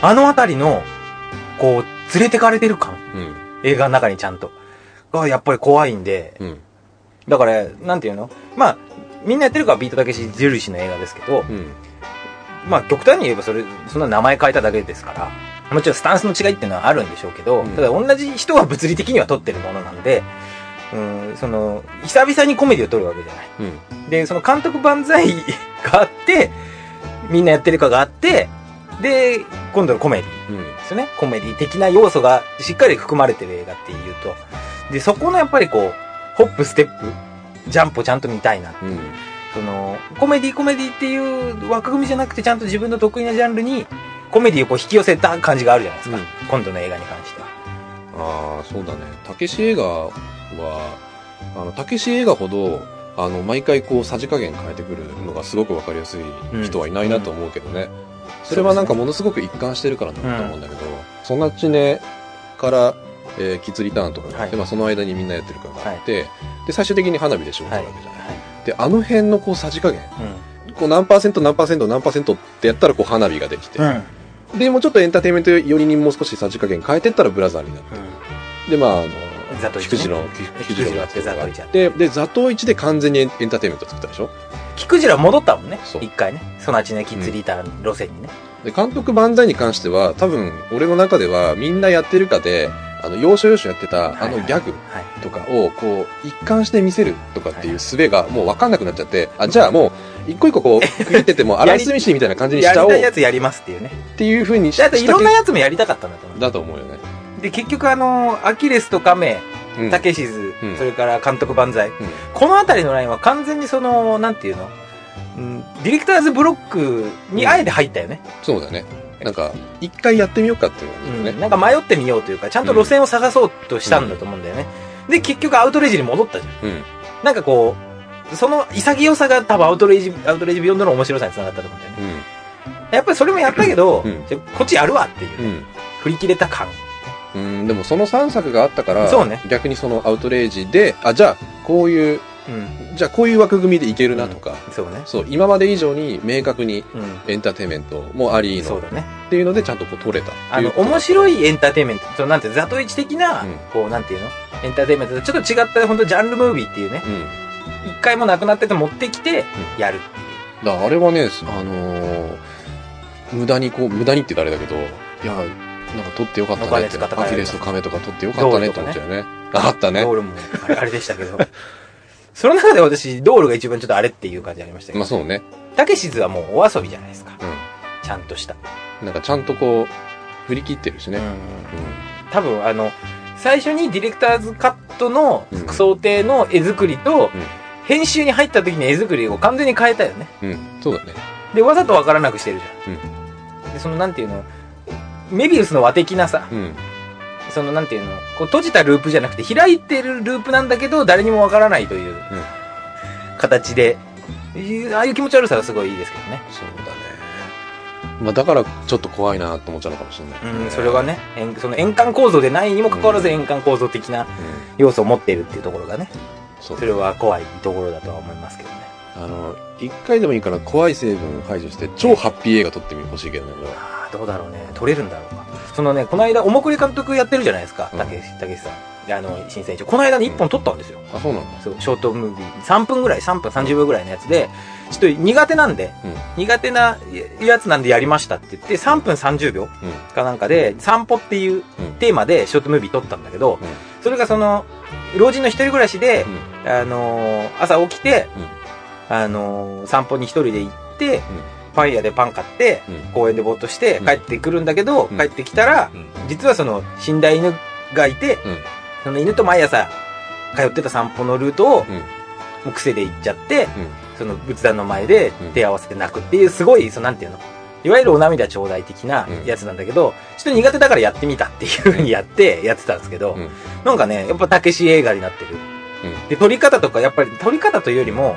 Speaker 2: あのあたりの、こう、連れてかれてる感、
Speaker 1: うん。
Speaker 2: 映画の中にちゃんと、がやっぱり怖いんで、
Speaker 1: うん。
Speaker 2: だから、なんていうのまあ、みんなやってるからビートたけし印の映画ですけど、
Speaker 1: うん。
Speaker 2: まあ、極端に言えばそれ、そんな名前変えただけですから、もちろんスタンスの違いっていうのはあるんでしょうけど、
Speaker 1: うん
Speaker 2: ただ同じ人は物理的には撮ってるものなんで、うん、その、久々にコメディを撮るわけじゃない。
Speaker 1: うん。
Speaker 2: で、その監督万歳があって、みんなやってるかがあって、で、今度のコメディ
Speaker 1: うん。
Speaker 2: ですよね。コメディ的な要素がしっかり含まれてる映画っていうと。で、そこのやっぱりこう、ホップ、ステップ、ジャンプをちゃんと見たいな。
Speaker 1: うん。
Speaker 2: その、コメディコメディっていう枠組みじゃなくて、ちゃんと自分の得意なジャンルに、コメディをこう引き寄せた感じがあるじゃないですか。
Speaker 1: うん
Speaker 2: 今度の映画に関しては。
Speaker 1: ああ、そうだね。たけし映画は、あの、たけし映画ほど、あの、毎回こう、さじ加減変えてくるのがすごくわかりやすい人はいないなと思うけどね。それはなんかものすごく一貫してるからなんだと思うんだけど、そんなちねから、えーキッズリターンとかがあっ
Speaker 2: は
Speaker 1: て、
Speaker 2: い
Speaker 1: まあその間にみんなやってるからがあって、で、最終的に花火で勝負す
Speaker 2: はい。
Speaker 1: る
Speaker 2: は
Speaker 1: わけじゃない。で、あの辺のこう、さじ加減、
Speaker 2: い。
Speaker 1: こう、何パーセント何パーセント何パーセントってやったらこう、花火ができて、
Speaker 2: うん。
Speaker 1: で、もうちょっとエンターテインメント寄りにもう少しさじ加減変えてったらブラザーになる。で、まあ、あの
Speaker 2: ザト、イチ
Speaker 1: 菊
Speaker 2: ね
Speaker 1: 池の、菊池のやつとかが
Speaker 2: ザ
Speaker 1: あ
Speaker 2: トイチやっ
Speaker 1: って、で、ザトウイチで完全にエンターテインメント作ったでしょ
Speaker 2: キクジラ戻ったもんね
Speaker 1: そ。う
Speaker 2: 一回ね。ソナチネキッズリーターの路線にね。
Speaker 1: で、監督万歳に関しては、多分、俺の中では、みんなやってるかで、あの、要所要所やってた、あのギャグ
Speaker 2: はい。
Speaker 1: とかを、こう、一貫して見せるとかっていう術が、もう分かんなくなっちゃって、あ、
Speaker 2: ん
Speaker 1: じゃあもう、一個一個こう、区切ってても、あらすみしみたいな感じにし
Speaker 2: や
Speaker 1: ち
Speaker 2: り
Speaker 1: ゃおう
Speaker 2: たい
Speaker 1: っ
Speaker 2: やつやりますっていうね。
Speaker 1: ていうふうにし
Speaker 2: だ
Speaker 1: た
Speaker 2: って
Speaker 1: け
Speaker 2: いろんなやつもやりたかったんだと思う。
Speaker 1: だと思うよね。
Speaker 2: で、結局あのーアキレスとカメ、
Speaker 1: うん
Speaker 2: タケシズ
Speaker 1: うん、
Speaker 2: それから監督万歳。
Speaker 1: うん
Speaker 2: このあたりのラインは完全にその、なんていうのうんディレクターズブロックにあえて入ったよね。
Speaker 1: そうだね。なんか、一回やってみようかっていうのがいいよ
Speaker 2: うん
Speaker 1: ね。
Speaker 2: なんか迷ってみようというか、ちゃんと路線を探そうとしたんだと思うんだよね。で、結局アウトレイジに戻ったじゃん。
Speaker 1: うん。
Speaker 2: なんかこう、その潔さが多分アウトレイジ、アウトレイジビヨンドの面白さにつながったと思うんだよね。やっぱりそれもやったけど、
Speaker 1: うん
Speaker 2: じゃこっちやるわっていう、
Speaker 1: うん。うん。
Speaker 2: 振り切れた感。
Speaker 1: うん、でもその3作があったから、
Speaker 2: そうね
Speaker 1: 逆にそのアウトレイジで、あ、じゃあ、こういう、
Speaker 2: うん。
Speaker 1: じゃあこういう枠組みでいけるなとか、
Speaker 2: そうね。
Speaker 1: そう、今まで以上に明確に
Speaker 2: うん。
Speaker 1: エンターテインメントもあり
Speaker 2: そう
Speaker 1: の
Speaker 2: だね。
Speaker 1: っていうので、ちゃんとこう取れた
Speaker 2: あの、
Speaker 1: 面
Speaker 2: 面
Speaker 1: 白
Speaker 2: 白いエンターテインメント、そのなんていうの、ザトイチ的な、
Speaker 1: うん
Speaker 2: こう、なんていうのエンターテインメントとちょっと違った、本当ジャンルムービーっていうね、
Speaker 1: うん。
Speaker 2: 一回もなくなってて持ってきて、やる。
Speaker 1: だからあれはね、あのー無駄にこう無駄にって誰だけどいやなんか撮ってよかったねって
Speaker 2: ノカレスカタカレ
Speaker 1: アキレスとカメとか撮ってよかったねって思っちゃうよねああったね
Speaker 2: ドールも、あれあれでしたけど。 [LAUGHS] その中で私、ドールが一番ちょっとあれっていう感じありましたけ
Speaker 1: ま
Speaker 2: ど
Speaker 1: あ。そうね
Speaker 2: たけしずはもうお遊びじゃないですか。
Speaker 1: う
Speaker 2: ちゃんとした。
Speaker 1: んなんかちゃんとこう振り切ってるし
Speaker 2: う
Speaker 1: ね、
Speaker 2: ん
Speaker 1: うん
Speaker 2: 多分あの最初にディレクターズカットの
Speaker 1: うん
Speaker 2: 想定の絵作りと、
Speaker 1: うん
Speaker 2: 編集に入った時に絵作りを完全に変えたよね
Speaker 1: うん、そうだね。
Speaker 2: でわざとわからなくしてるじゃん、でそのなんていうのメビウスの和的なさ、
Speaker 1: うん。
Speaker 2: そのなんていうのこう閉じたループじゃなくて開いてるループなんだけど誰にもわからないという、形でいうああいう気持ち悪さはすごいいいですけどね
Speaker 1: そうだね。まあだからちょっと怖いなと思っちゃうのかもしれない、
Speaker 2: うん、それはね、円その円環構造でないにもかかわらず円環構造的な
Speaker 1: うん。
Speaker 2: 要素を持っているっていうところがね、
Speaker 1: そう
Speaker 2: そ。れは怖いところだとは思いますけどね。
Speaker 1: あの、一回でもいいから怖い成分を排除して超ハッピー映画撮ってほしいけどね、俺は。
Speaker 2: ああ、どうだろうね。撮れるんだろうか。そのね、この間、おもくり監督やってるじゃないですか
Speaker 1: う。ん
Speaker 2: たけし、たけしさん。であの、審査員長。この間ね、1本撮ったんですよ。
Speaker 1: あ、そうなんだ。
Speaker 2: そう、ショートムービー。3分ぐらい、3分30秒ぐらいのやつで、ちょっと苦手なんで、
Speaker 1: うん
Speaker 2: 苦手なやつなんでやりましたって言って、3分30秒
Speaker 1: うん。
Speaker 2: かなんかで、散歩っていう
Speaker 1: うん
Speaker 2: テーマでショートムービー撮ったんだけど、
Speaker 1: うん
Speaker 2: それがその、老人の一人暮らしで、あのー朝起きて、あのー散歩に一人で行って、パン屋でパン買って、
Speaker 1: うん。うん。
Speaker 2: 公園でぼーっとして
Speaker 1: うん
Speaker 2: 帰ってくるんだけど、
Speaker 1: うん
Speaker 2: 帰ってきたら、
Speaker 1: うん。
Speaker 2: 実はその死んだ犬がいて、
Speaker 1: うん
Speaker 2: その犬と毎朝通ってた散歩のルートを、
Speaker 1: うん。
Speaker 2: もう癖で行っちゃって、
Speaker 1: うん
Speaker 2: その仏壇の前で
Speaker 1: うん
Speaker 2: 手合わせて泣くっていう、すごい、そのなんていうの、いわゆるお涙頂戴的な
Speaker 1: うん
Speaker 2: やつなんだけど、ちょっと苦手だからやってみたっていうふうにやって、やってたんですけど、
Speaker 1: うん
Speaker 2: なんかね、やっぱたけし映画になってる。
Speaker 1: うん
Speaker 2: で、撮り方とか、やっぱり撮り方というよりも、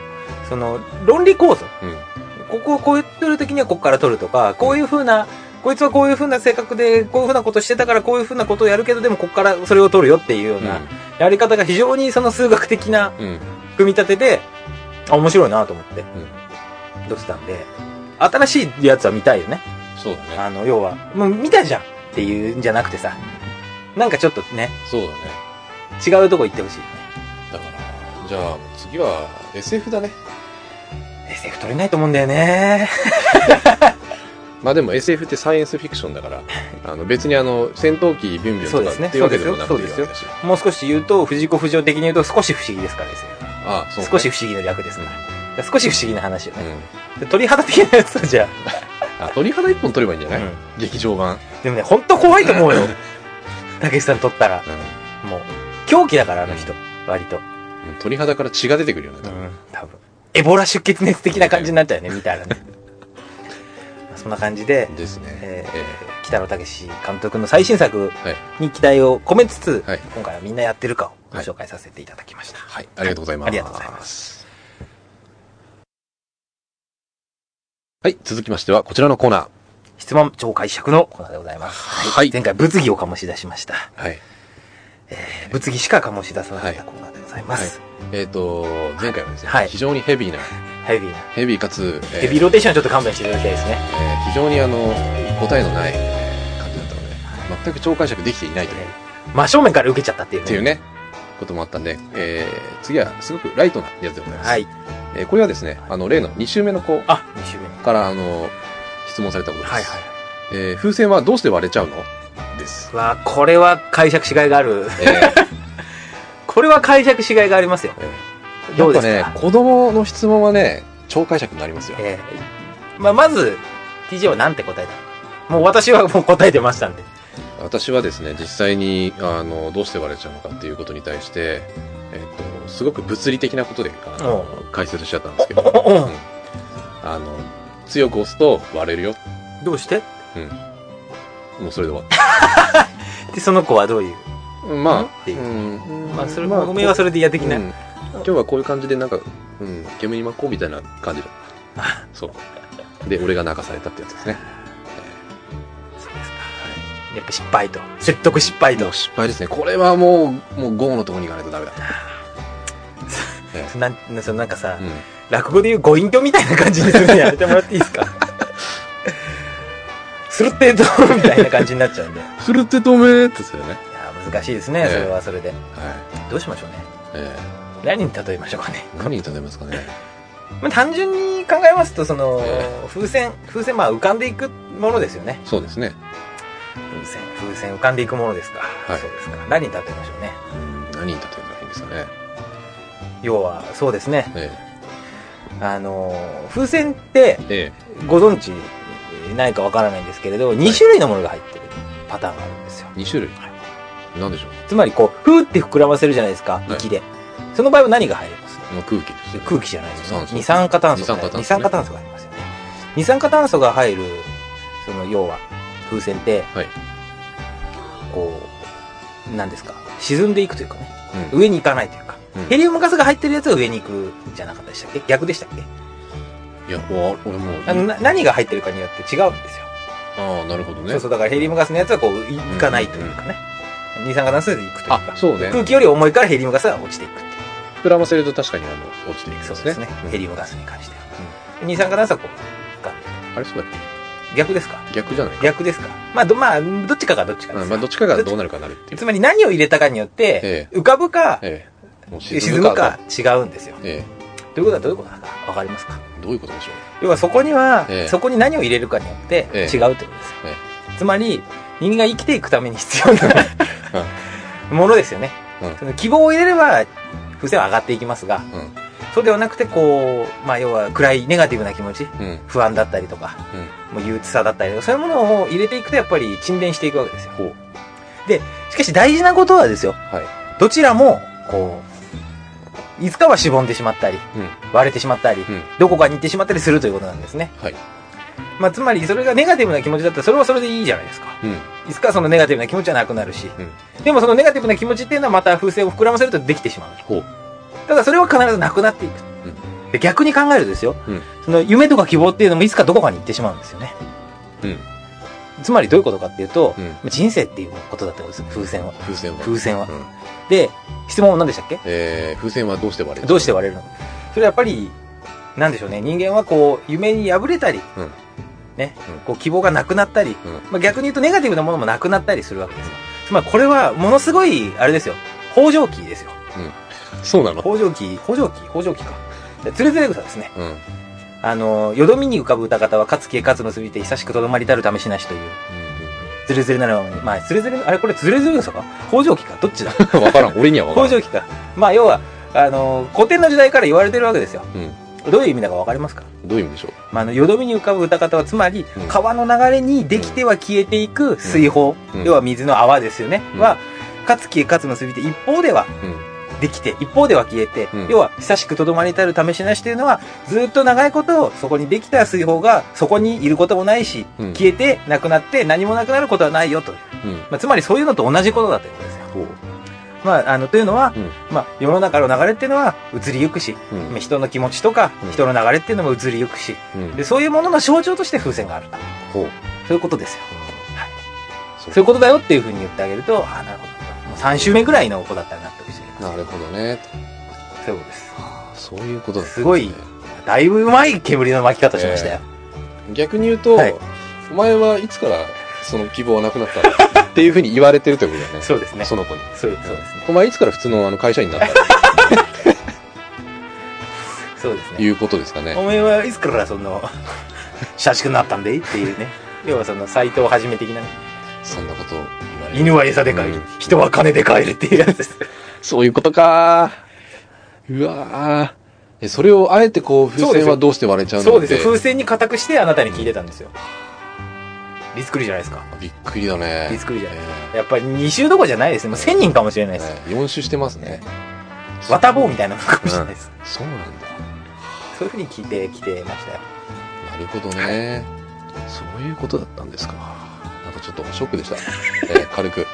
Speaker 2: その、論理構造。
Speaker 1: う
Speaker 2: こ
Speaker 1: ん。
Speaker 2: こをこう撮るときにはここから撮るとか、こういう風な、こいつはこういう風な性格で、こういう風なことしてたからこういう風なことをやるけど、でもここからそれを撮るよっていうような、やり方が非常にその数学的な
Speaker 1: うん。うん。
Speaker 2: 組み立てで、あ、面白いなと思って、撮ってたんで、新しいやつは見たいよね。
Speaker 1: そうだね。
Speaker 2: あの、要は、もう見たじゃんっていうんじゃなくてさ、なんかちょっとね、
Speaker 1: そうだね。
Speaker 2: 違うとこ行ってほしいよ
Speaker 1: だから、じゃあ次は SF だね。
Speaker 2: ね。SF 撮れないと思うんだよね。 [LAUGHS]
Speaker 1: まあでも SF ってサイエンスフィクションだ
Speaker 2: [LAUGHS]
Speaker 1: から、あの別にあの戦闘機ビュンビュン
Speaker 2: そう
Speaker 1: と
Speaker 2: で
Speaker 1: か
Speaker 2: すね
Speaker 1: っていうわけでもなくて
Speaker 2: そうで
Speaker 1: いいわ
Speaker 2: すよ
Speaker 1: けだし。
Speaker 2: もう少し言うと、藤子不二雄的に言うと少し不思議ですからですよ。
Speaker 1: ああ、そう、
Speaker 2: 少し。不思議の略ですから。だから少し不思議な話よ
Speaker 1: う
Speaker 2: ね。
Speaker 1: ん。
Speaker 2: で鳥肌的なやつはじゃ
Speaker 1: あ、鳥肌一本取ればいいんじゃ
Speaker 2: あ、
Speaker 1: ない、
Speaker 2: うん
Speaker 1: 劇場版。
Speaker 2: でもね、ほんと怖いと思う
Speaker 1: [LAUGHS]
Speaker 2: よ。たけしさん撮ったら。もう、狂気だから、あの人。割と。
Speaker 1: うん鳥肌から血が出てくるよね、多分。
Speaker 2: 多分。エボラ出血熱的な感じになっちゃう
Speaker 1: [LAUGHS]
Speaker 2: よね、見たらね。まあそんな感じで、
Speaker 1: ですね。
Speaker 2: えー
Speaker 1: え
Speaker 2: 北野武監督の最新作
Speaker 1: はい
Speaker 2: に期待を込めつつ、
Speaker 1: はい
Speaker 2: 今回はみんなやってるかをご紹介させていただきました。
Speaker 1: ーはい、ありがとうございます。。
Speaker 2: ありがとうございます
Speaker 1: はい、続きましてはこちらのコーナ
Speaker 2: 質問超解釈のコーナーでございます。
Speaker 1: はい
Speaker 2: 前回物議を醸し出しました。
Speaker 1: ー。はい。
Speaker 2: 物議しか醸し出さなかったコーナーでございます。
Speaker 1: えっ、と、前回はですね、
Speaker 2: はい
Speaker 1: 非常にヘビーな、
Speaker 2: ヘビーな。
Speaker 1: ヘビーかつ、えー
Speaker 2: ヘビーローテーションはちょっと勘弁していただきたいですね。
Speaker 1: えー非常にあの、答えのない、えー感じだったので、全く超解釈できていないという、
Speaker 2: 真正面から受けちゃったっていうね。
Speaker 1: っていうね、こともあったんで、えー次はすごくライトなやつでございます。
Speaker 2: はい。
Speaker 1: えーこれはですね、あの、例の2週目の子
Speaker 2: あ、2週目に。
Speaker 1: から、あの、質問されたことです。
Speaker 2: はいはい。
Speaker 1: えー風船はどうして割れちゃうのです。
Speaker 2: [LAUGHS] うわあこれは解釈しがいがある。
Speaker 1: えー
Speaker 2: これは解釈しがいがありますよ。
Speaker 1: えー
Speaker 2: どうですか
Speaker 1: やっぱね、子供の質問はね、超解釈になりますよ。
Speaker 2: ええまあ、まず、TJ はなんて答えたのか。もう私はもう答えてましたんで。
Speaker 1: 私はですね、実際に、あの、どうして割れちゃうのかっていうことに対して、えっと、すごく物理的なことで、あの解説しちゃったんですけど、
Speaker 2: うん
Speaker 1: あの、強く押すと割れるよ。
Speaker 2: どうして
Speaker 1: もうそれで終わっ
Speaker 2: で、その子はどういう。
Speaker 1: た。ま
Speaker 2: っ
Speaker 1: あ、
Speaker 2: て
Speaker 1: う。
Speaker 2: いうんまあ、それ、ごめんはそれで嫌的な。
Speaker 1: うん今日はこういう感じでなんか、うん、煙巻こうみたいな
Speaker 2: [LAUGHS]
Speaker 1: 感じだ。そう。で、俺が泣かされたってやつで
Speaker 2: [LAUGHS]
Speaker 1: すね。
Speaker 2: そうですか。やっぱ失敗と。説得失敗
Speaker 1: も
Speaker 2: と
Speaker 1: う。失敗ですね。これはもう、もう5のとこに行かない
Speaker 2: [LAUGHS]
Speaker 1: とダメだ。
Speaker 2: なん、そのなんかさ
Speaker 1: う、ん。
Speaker 2: 落語で言うご隠居みたいな感じにするのやめてもらっていいです [LAUGHS] かするってどうみたいな感じになっちゃうん [LAUGHS] で。いや
Speaker 1: するって止めってやつだよね。
Speaker 2: ー難しいですね、
Speaker 1: え
Speaker 2: そ
Speaker 1: え
Speaker 2: れはそれで。
Speaker 1: はい。
Speaker 2: どうしましょうね。
Speaker 1: え
Speaker 2: 何に例えましょうかね。
Speaker 1: ー、何に例えますかね。
Speaker 2: まあ、単純に考えますと、その、
Speaker 1: え
Speaker 2: 風船、風船、まあ浮かんでいくものですよね。
Speaker 1: そうですね。
Speaker 2: 風船、風船浮かんでいくものですか。
Speaker 1: い
Speaker 2: そうですか。何に例えましょうね。
Speaker 1: 何に例えたらいいんですかね。
Speaker 2: 要は、そうですね。
Speaker 1: え
Speaker 2: あのー、風船って
Speaker 1: ええ
Speaker 2: ご存知ないかわからないんですけれど、2種類のものが入ってるパターンがあるんですよ。
Speaker 1: え、2種類
Speaker 2: は。
Speaker 1: 何でしょう
Speaker 2: つまりこう、ふーって膨らませるじゃないですか、
Speaker 1: い
Speaker 2: 息で。その場合は何が入ります
Speaker 1: まあ空気ですね。
Speaker 2: 空気じゃないですよね。
Speaker 1: 二
Speaker 2: 二酸化炭素が入る。
Speaker 1: 二
Speaker 2: 二
Speaker 1: 酸
Speaker 2: 酸化
Speaker 1: 化
Speaker 2: 炭
Speaker 1: 炭
Speaker 2: 素が入りますよね。二酸化炭素が入る、その、要は、風船って、
Speaker 1: はい
Speaker 2: こう、なんですか、沈んでいくというかね、
Speaker 1: うん
Speaker 2: 上に行かないというか、
Speaker 1: うん
Speaker 2: ヘリウムガスが入ってるやつは上に行くじゃなかったでしたっけ逆でしたっけ
Speaker 1: いや、もうあ俺もういい。
Speaker 2: あのな何が入ってるかによって違うんですよ。
Speaker 1: ああ、なるほどね。
Speaker 2: そうそう、だからヘリウムガスのやつはこう、い行かないというかね。二酸化炭素で行くという
Speaker 1: あ
Speaker 2: か、。
Speaker 1: そうね。
Speaker 2: 空気より重いからヘリウムガスは落ちていくっていう。
Speaker 1: 膨らませると確かにあの落ちていくんで
Speaker 2: そう
Speaker 1: すね。
Speaker 2: ですね。
Speaker 1: うん
Speaker 2: ヘリウムガスに関しては。二酸化炭素はこう、浮かんで
Speaker 1: あれそうだっ
Speaker 2: 逆ですか
Speaker 1: け逆じゃないか。
Speaker 2: 逆ですかまあ、ど、まあ、どっちかがどっちかですか
Speaker 1: うんまあ、どっちかがどうなるかなるっていう。
Speaker 2: つまり何を入れたかによって
Speaker 1: え、
Speaker 2: 浮かぶか、
Speaker 1: ええ。もう
Speaker 2: 沈むか違うんですよ。
Speaker 1: え
Speaker 2: ということはどういうことなのかわかりますか
Speaker 1: え。どういうことでしょう
Speaker 2: 要はそこには
Speaker 1: ええ、
Speaker 2: そこに何を入れるかによって
Speaker 1: ええ
Speaker 2: 違うということです
Speaker 1: え
Speaker 2: よ。つまり、人間が生きていくために必要なものですよね
Speaker 1: うん。
Speaker 2: その希望を入れれば、風船は上がっていきますが、
Speaker 1: うん
Speaker 2: そうではなくて、こう、まあ、要は暗いネガティブな気持ち、
Speaker 1: うん。
Speaker 2: 不安だったりとか、もう憂鬱さだったりとか、そういうものを入れていくとやっぱり沈殿していくわけですよ。
Speaker 1: ほう。
Speaker 2: しかし大事なことはですよ、
Speaker 1: はい。
Speaker 2: どちらも、こう、いつかはしぼんでしまったり、
Speaker 1: うん。
Speaker 2: 割れてしまったり、
Speaker 1: うん
Speaker 2: どこかに行ってしまったりするということなんですね。
Speaker 1: はい。
Speaker 2: まあ、つまりそれがネガティブな気持ちだったらそれはそれでいいじゃないですか。
Speaker 1: うん。
Speaker 2: いつかそのネガティブな気持ちはなくなるし、
Speaker 1: う
Speaker 2: でもそのネガティブな気持ちっていうのはまた風船を膨らませるとできてしまう。
Speaker 1: ほう。
Speaker 2: ただそれは必ずなくなっていく。で逆に考えるとですよ、
Speaker 1: うん
Speaker 2: その夢とか希望っていうのもいつかどこかに行ってしまうんですよね。
Speaker 1: うん。
Speaker 2: つまりどういうことかっていうと、
Speaker 1: うん。
Speaker 2: 人生っていうことだってことです風船は。
Speaker 1: 風船は。
Speaker 2: 風船は。
Speaker 1: うん
Speaker 2: で、質問は何でしたっけ
Speaker 1: えー、風船はどうして割れる
Speaker 2: どうして割れるのそれはやっぱり、なんでしょうね。人間はこう、夢に破れたり、
Speaker 1: うん
Speaker 2: ね
Speaker 1: うん、
Speaker 2: こう、希望がなくなったり、
Speaker 1: うん
Speaker 2: まあ、逆に言うとネガティブなものもなくなったりするわけですよ。つまりこれは、ものすごい、あれですよ。北条記ですよ。
Speaker 1: そうなの
Speaker 2: 北条記、北条記、北条記か。でつれづれ草ですね。
Speaker 1: うん。うん。
Speaker 2: あの、よどみに浮かぶ歌方は、かつきへかつ結びて、久しくとどまりたるためしなしという、つれづれなのに、まあ、つれづれ、あれこれつれづれ草か北条記かどっちだ
Speaker 1: うん [LAUGHS] わからん。俺にはわか
Speaker 2: 北
Speaker 1: ら
Speaker 2: 条
Speaker 1: ん。
Speaker 2: 記か。まあ、要は、あの、古典の時代から言われてるわけですよ。
Speaker 1: う
Speaker 2: どういう意味だかわかりますか
Speaker 1: ん。どういう意味でしょ
Speaker 2: まあ、あの、よどみに浮かぶ歌方は、つまり
Speaker 1: うん、
Speaker 2: 川の流れにできては消えていく水泡、
Speaker 1: うん
Speaker 2: 要は水の泡ですよね、
Speaker 1: うん
Speaker 2: は、かつきかつ結びて、一方では
Speaker 1: ううん。
Speaker 2: できて、一方では消えて、
Speaker 1: うん
Speaker 2: 要は、久しくとどまりたる試しなしというのは、ずっと長いことを、そこにできた水泡が、そこにいることもないし、
Speaker 1: うん
Speaker 2: 消えて、なくなって、何もなくなることはないよと。
Speaker 1: うん。
Speaker 2: まあ、つまり、そういうのと同じことだということですよ。
Speaker 1: ほう。
Speaker 2: まあ、あの、というのは、
Speaker 1: うん
Speaker 2: まあ、世の中の流れっていうのは、移りゆくし、
Speaker 1: うん。
Speaker 2: 人の気持ちとか
Speaker 1: うん、
Speaker 2: 人の流れっていうのも移りゆくし、
Speaker 1: うん
Speaker 2: で、そういうものの象徴として風船があると。
Speaker 1: ほう。
Speaker 2: そういうことですよ。はい。
Speaker 1: そう
Speaker 2: そういうことだよっていうふうに言ってあげると、ああ、なるほど。もう3週目ぐらいの子だったら納得してる。
Speaker 1: なるほどね。
Speaker 2: そういうことです。
Speaker 1: あーそういうことだったんです
Speaker 2: ごいだいぶうまい煙の巻き方しましたよ。
Speaker 1: 逆に言うと、
Speaker 2: はい
Speaker 1: お前はいつからその希望はなくなったのっていうふうに言われてるということだよね。
Speaker 2: そうですね
Speaker 1: その子に。
Speaker 2: そうそうですね。
Speaker 1: お前いつから普通のあの会社員になったの
Speaker 2: そうです
Speaker 1: と
Speaker 2: ね。
Speaker 1: いうことですかね。
Speaker 2: お前はいつからその、 [LAUGHS] 社畜になったんでいっていうね。要はその、斎藤はじめ的なね。
Speaker 1: そんなことを言われる。
Speaker 2: 犬は餌で帰る
Speaker 1: うん。
Speaker 2: 人は金で帰るっていうやつです。
Speaker 1: そういうことかーうわーえそれをあえてこう、風
Speaker 2: そうで
Speaker 1: 船
Speaker 2: すよ
Speaker 1: はどうして割れちゃうの
Speaker 2: そうですよ。
Speaker 1: って
Speaker 2: 風船に固くしてあなたに聞いてたんですよ。リスクリじゃないですか。
Speaker 1: びっくりだね。
Speaker 2: びっくりじゃない
Speaker 1: え
Speaker 2: やっぱり2週どころじゃないですね。もう1000人かもしれない
Speaker 1: え
Speaker 2: です。
Speaker 1: ええ4周してますね。
Speaker 2: わたぼうみたいなものかもしれないです。
Speaker 1: そうなんだ。
Speaker 2: そういうふうに聞いてきてましたよ。
Speaker 1: なるほどね。そういうことだったんですか。なんかちょっとショックでした。ええ軽く。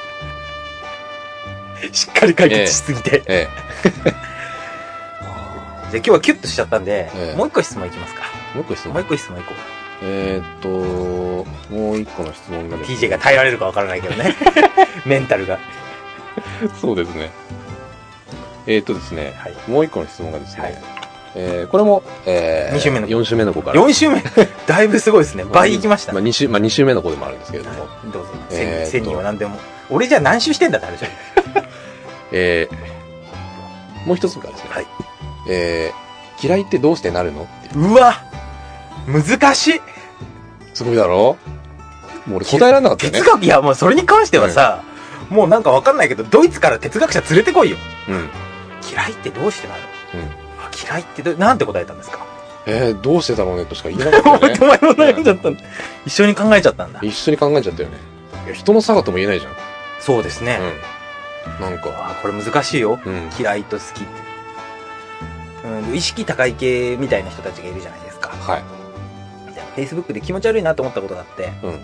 Speaker 2: しっかり解決しすぎて。
Speaker 1: え
Speaker 2: じゃあ今日はキュッとしちゃったんで、
Speaker 1: ええ
Speaker 2: もう一個質問いきますか。
Speaker 1: えもう一個質問
Speaker 2: もう一個質問いこ
Speaker 1: えーっと、もう一個の質問が
Speaker 2: う。
Speaker 1: ね
Speaker 2: TJ が耐えられるかわからないけど
Speaker 1: [LAUGHS]
Speaker 2: ね。メンタルが。
Speaker 1: そうですね。えーっとですね、
Speaker 2: はい。
Speaker 1: もう一個の質問がですね、
Speaker 2: はい
Speaker 1: えーこれも、えー、
Speaker 2: 二週目の子
Speaker 1: 4週目の子から。
Speaker 2: 4週目、だいぶすごいですね。倍いきました。
Speaker 1: まあ
Speaker 2: はい
Speaker 1: 2週、まあ二週目の子でもあるんですけれども、
Speaker 2: どうぞ。
Speaker 1: えーっと
Speaker 2: 1000人は何でも。俺じゃあ何周してんだって話だよ
Speaker 1: えーもう一つがですね、
Speaker 2: はい
Speaker 1: えー嫌いってどうしてなるのっていう
Speaker 2: うわ難しい
Speaker 1: すごいだろもう俺答えられなかったよね
Speaker 2: 哲。学、いや、もうそれに関してはさ、もうなんかわかんないけど、ドイツから哲学者連れてこいよ。
Speaker 1: うん。
Speaker 2: 嫌いってどうしてなる
Speaker 1: うん
Speaker 2: あ嫌いってどう、なんて答えたんですか、
Speaker 1: えー、どうしてだろうねとしか言えなかった
Speaker 2: [LAUGHS]
Speaker 1: よね。
Speaker 2: お前も悩んじゃったんだ。一緒に考えちゃったんだ。
Speaker 1: 一緒に考えちゃったよね。いや、人の差がとも言えないじゃん。
Speaker 2: そうですね。
Speaker 1: うん。なんか、
Speaker 2: あこれ難しいよ。
Speaker 1: うん。
Speaker 2: 嫌いと好きって。うん、意識高い系みたいな人たちがいるじゃないですか。
Speaker 1: はい。
Speaker 2: で Facebook で気持ち悪いなと思ったことがあって、
Speaker 1: うん。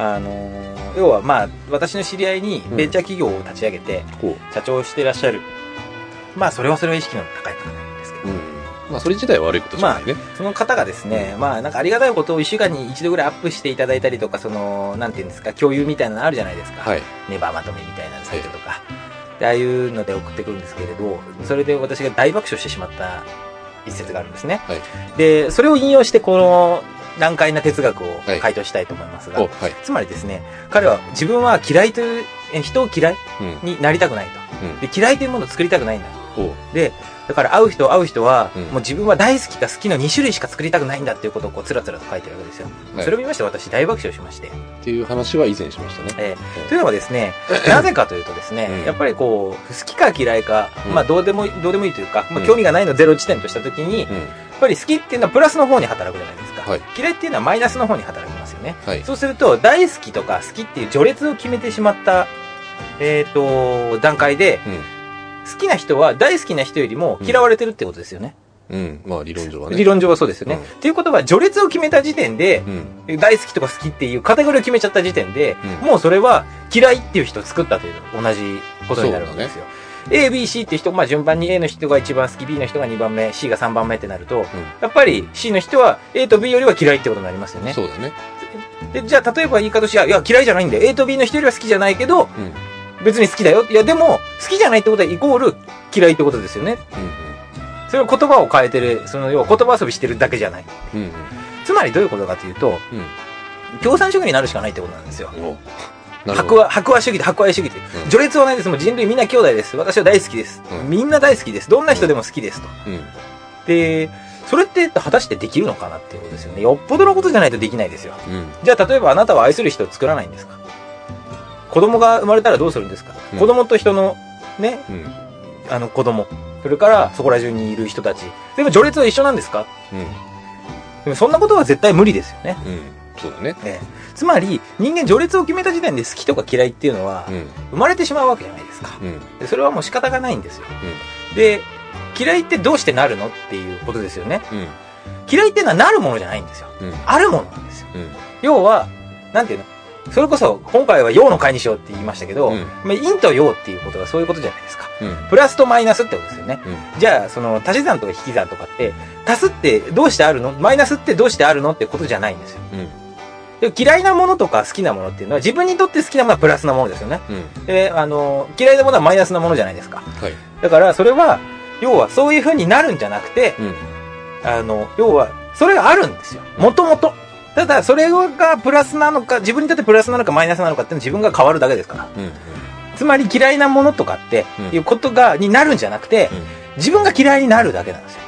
Speaker 2: あのー要はまあ、私の知り合いにベンチャー企業を立ち上げて、
Speaker 1: こ
Speaker 2: 社長をしてらっしゃる。まあ、それはそれは意識の高い方なんですけ
Speaker 1: う。
Speaker 2: ど、
Speaker 1: うん。まあ、それ自体は悪いことじゃないね。
Speaker 2: その方がですね、まあ、なんかありがたいことを1週間に一度ぐらいアップしていただいたりとか、その、なんていうんですか、共有みたいなのあるじゃないですか。
Speaker 1: はい。
Speaker 2: ネバーまとめみたいなサイトとか。でああいうので送ってくるんですけれど、それで私が大爆笑してしまった一節があるんですね。
Speaker 1: はい
Speaker 2: で、それを引用して、この難解な哲学を
Speaker 1: はい
Speaker 2: 回答したいと思いますが、
Speaker 1: お、はい。
Speaker 2: つまりですね、彼は自分は嫌いという、え人を嫌い
Speaker 1: うん。
Speaker 2: になりたくないと。
Speaker 1: うん。
Speaker 2: で嫌いというものを作りたくないんだと。
Speaker 1: お
Speaker 2: で、だから会う人会う人は、
Speaker 1: うん
Speaker 2: もう自分は大好きか好きの2種類しか作りたくないんだっていうことをこうつらつらと書いてるわけですよ。
Speaker 1: はい
Speaker 2: それを見まして私大爆笑しまして。
Speaker 1: っていう話は以前しましたね。
Speaker 2: えーというのはです
Speaker 1: [LAUGHS]
Speaker 2: ね、なぜかというとですね、
Speaker 1: うん
Speaker 2: やっぱりこう、好きか嫌いか、
Speaker 1: うん
Speaker 2: まあどうでもいい、どうでもいいというか、ま
Speaker 1: う
Speaker 2: あ
Speaker 1: ん
Speaker 2: 興味がないのゼロ地点としたときに、
Speaker 1: う
Speaker 2: や
Speaker 1: ん。
Speaker 2: っぱり好きっていうのはプラスの方に働くじゃないですか。
Speaker 1: はい
Speaker 2: 嫌いっていうのはマイナスの方に働きますよね。
Speaker 1: はい。
Speaker 2: そうすると、大好きとか好きっていう序列を決めてしまった、えっ、と、段階で、
Speaker 1: う
Speaker 2: 好きな人は大好きな人よりも嫌われてるってことですよね。
Speaker 1: ん。うん。まあ、理論上はね。
Speaker 2: 理論上はそうですよね。
Speaker 1: う
Speaker 2: っていうことは、序列を決めた時点で、
Speaker 1: うん。
Speaker 2: 大好きとか好きっていうカテゴリーを決めちゃった時点で、
Speaker 1: うん
Speaker 2: もうそれは嫌いっていう人を作ったというのと同じことになるわけですよ。A、B、C っていう人、まあ順番に A の人が一番好き、B の人が2番目、C が3番目ってなると、やっぱり C の人は A と B よりは嫌いってことになりますよ
Speaker 1: うん。
Speaker 2: ね。
Speaker 1: そうだね。
Speaker 2: で、じゃあ例えば言い方としては、いや嫌いじゃないんだよ。A と B の人よりは好きじゃないけど、
Speaker 1: うん。うん。
Speaker 2: 別に好きだよ。いやでも、好きじゃないってことはイコール嫌いってことですよね。それは言葉を変えてる、その要は言葉遊びしてるだけじゃない。
Speaker 1: うん。うん。
Speaker 2: つまりどういうことかというと、
Speaker 1: うん。
Speaker 2: 共産主義になるしかないってことなんですよ。
Speaker 1: うん。おなるほ
Speaker 2: 白
Speaker 1: ど。
Speaker 2: 和、白和主義で白和主義で
Speaker 1: うん
Speaker 2: 序列はないです。もう人類みんな兄弟です。私は大好きです。
Speaker 1: うん
Speaker 2: みんな大好きです。どんな人でも好きですと。
Speaker 1: うん。
Speaker 2: で、それって果たしてできるのかなっていうことですよね。よっぽどのことじゃないとできないですよ。
Speaker 1: うん。
Speaker 2: じゃあ例えばあなたは愛する人を作らないんですか子供が生まれたらどうするんですか、
Speaker 1: うん
Speaker 2: 子供と人の、ね、
Speaker 1: うん。
Speaker 2: あの子供。それからそこら中にいる人たち。でも序列は一緒なんですか
Speaker 1: うん。
Speaker 2: でもそんなことは絶対無理ですよね。
Speaker 1: うん。そうだね。
Speaker 2: ええつまり、人間序列を決めた時点で好きとか嫌いっていうのは
Speaker 1: う、ん。
Speaker 2: 生まれてしまうわけじゃないですか。
Speaker 1: うん。
Speaker 2: でそれはもう仕方がないんですよ。で、嫌いってどうしてなるのっていうことですよね。
Speaker 1: うん。
Speaker 2: 嫌いってのはなるものじゃないんですよ。
Speaker 1: うん。
Speaker 2: あるものなんですよ。
Speaker 1: うん。
Speaker 2: 要は、なんていうのそれこそ、今回は陽の会にしようって言いましたけど、
Speaker 1: うん
Speaker 2: まあ、陰と陽っていうことはそういうことじゃないですか。
Speaker 1: うん。
Speaker 2: プラスとマイナスってことですよね。
Speaker 1: うん。
Speaker 2: じゃあ、その、足し算とか引き算とかって、足すってどうしてあるのマイナスってどうしてあるのってことじゃないんですよ。
Speaker 1: うん。
Speaker 2: で嫌いなものとか好きなものっていうのは、自分にとって好きなものはプラスなものですよね。
Speaker 1: うん。
Speaker 2: で、あの、嫌いなものはマイナスなものじゃないですか。
Speaker 1: はい。
Speaker 2: だから、それは、要はそういう風になるんじゃなくて、
Speaker 1: うん。
Speaker 2: あの、要は、それがあるんですよ。もともと。ただ、それがプラスなのか、自分にとってプラスなのかマイナスなのかっていうのは自分が変わるだけですから。
Speaker 1: うん。
Speaker 2: つまり嫌いなものとかって
Speaker 1: うん、
Speaker 2: いうことが、になるんじゃなくて、
Speaker 1: うん
Speaker 2: 自分が嫌いになるだけなんですよ。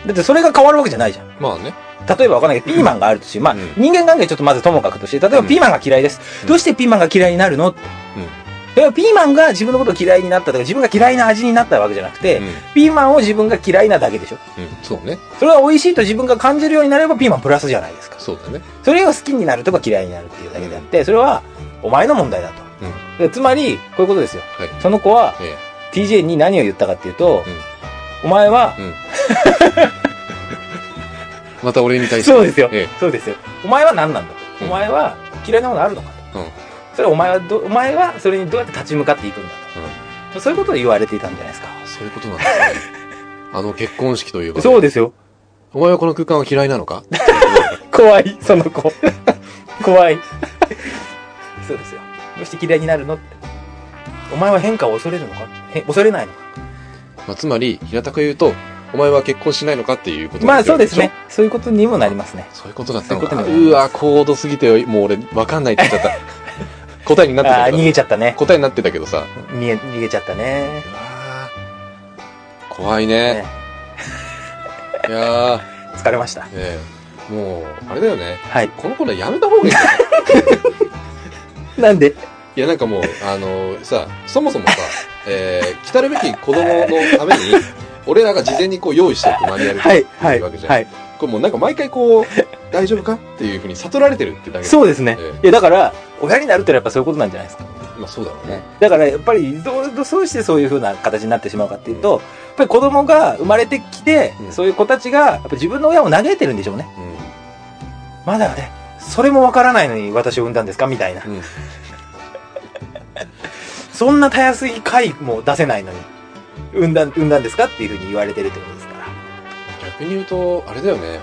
Speaker 1: うん。
Speaker 2: だってそれが変わるわけじゃないじゃん。
Speaker 1: まあね。
Speaker 2: 例えばわかんないけど、ピーマンがあるとし、まあ、
Speaker 1: うん
Speaker 2: 人間関係ちょっとまずともかくとして、例えばピーマンが嫌いです。
Speaker 1: うん
Speaker 2: どうしてピーマンが嫌いになるのって
Speaker 1: うん
Speaker 2: だからピーマンが自分のことを嫌いになったとか、自分が嫌いな味になったわけじゃなくて、
Speaker 1: う
Speaker 2: ピーマンを自分が嫌いなだけでしょ
Speaker 1: ん。うん。そうね。
Speaker 2: それが美味しいと自分が感じるようになればピーマンプラスじゃないですか。
Speaker 1: そうだね。
Speaker 2: それが好きになるとか嫌いになるっていうだけであって、それはお前の問題だと。
Speaker 1: う
Speaker 2: で
Speaker 1: ん。
Speaker 2: つまり、こういうことですよ。
Speaker 1: はい。
Speaker 2: その子は
Speaker 1: え
Speaker 2: TJ に何を言ったかっていうと、お前は
Speaker 1: え。、うん。また俺に対して。
Speaker 2: そうですよ、
Speaker 1: え
Speaker 2: そうですよ。お前は何なんだと。
Speaker 1: う
Speaker 2: お
Speaker 1: ん
Speaker 2: 前は嫌いなものあるのかと。
Speaker 1: うん。うん。
Speaker 2: それはお前はど、お前はそれにどうやって立ち向かっていくんだと。そういうことを言われていたんじゃないですか。
Speaker 1: そういうことなんだね。あの結婚式というか。
Speaker 2: そうですよ。
Speaker 1: お前はこの空間は嫌いなのか
Speaker 2: 怖い、その子。 [LAUGHS] 怖い。そうですよ。どうして嫌いになるのって。お前は変化を恐れるのかへ恐れないのか
Speaker 1: まあ、つまり、平たく言うと、お前は結婚しないのかっていうこと
Speaker 2: まあそうですね。。そういうことにもなりますね。
Speaker 1: そういうことだったの
Speaker 2: そ
Speaker 1: か。
Speaker 2: ういうことに
Speaker 1: う
Speaker 2: なり
Speaker 1: わ、高度すぎて、もう俺、わかんないって言っちゃった。答えになって
Speaker 2: ああ
Speaker 1: た
Speaker 2: ー、逃
Speaker 1: け
Speaker 2: げちゃったね
Speaker 1: ど。。答えになってたけどさ。
Speaker 2: 逃げ、逃げちゃったね。
Speaker 1: うわー怖いね。
Speaker 2: ね
Speaker 1: いやー、
Speaker 2: 疲れました。
Speaker 1: ええもう、あれだよね。
Speaker 2: はい。
Speaker 1: この頃やめた方がいいんだよ。
Speaker 2: なんで
Speaker 1: いや、なんかもう、あのさ、そもそも
Speaker 2: [LAUGHS]
Speaker 1: さ、えー、来たるべき子供のために、俺らが事前にこう用意しておくマニュアル
Speaker 2: はい、はいい、
Speaker 1: うわけじゃん
Speaker 2: はい。
Speaker 1: これもうなんか毎回こう、大丈夫かっていうふうに悟られてるってだけ
Speaker 2: そうですね
Speaker 1: え。
Speaker 2: いや、だから、親になるってのはやっぱそういうことなんじゃないですか。
Speaker 1: まあそうだろうね。
Speaker 2: だから、やっぱり、どう、どうしてそういうふうな形になってしまうかっていうと、やっぱり子供が生まれてきて
Speaker 1: う、ん
Speaker 2: そういう子たちが、やっぱ自分の親を嘆いてるんでしょうね。
Speaker 1: う
Speaker 2: まだね、それもわからないのに私を産んだんですかみたいな。
Speaker 1: ん。うん。
Speaker 2: そんなたやすい回も出せないのに、産んだ、産んだんですかっていうふうに言われてるってことですから。
Speaker 1: 逆に言うと、あれだよね。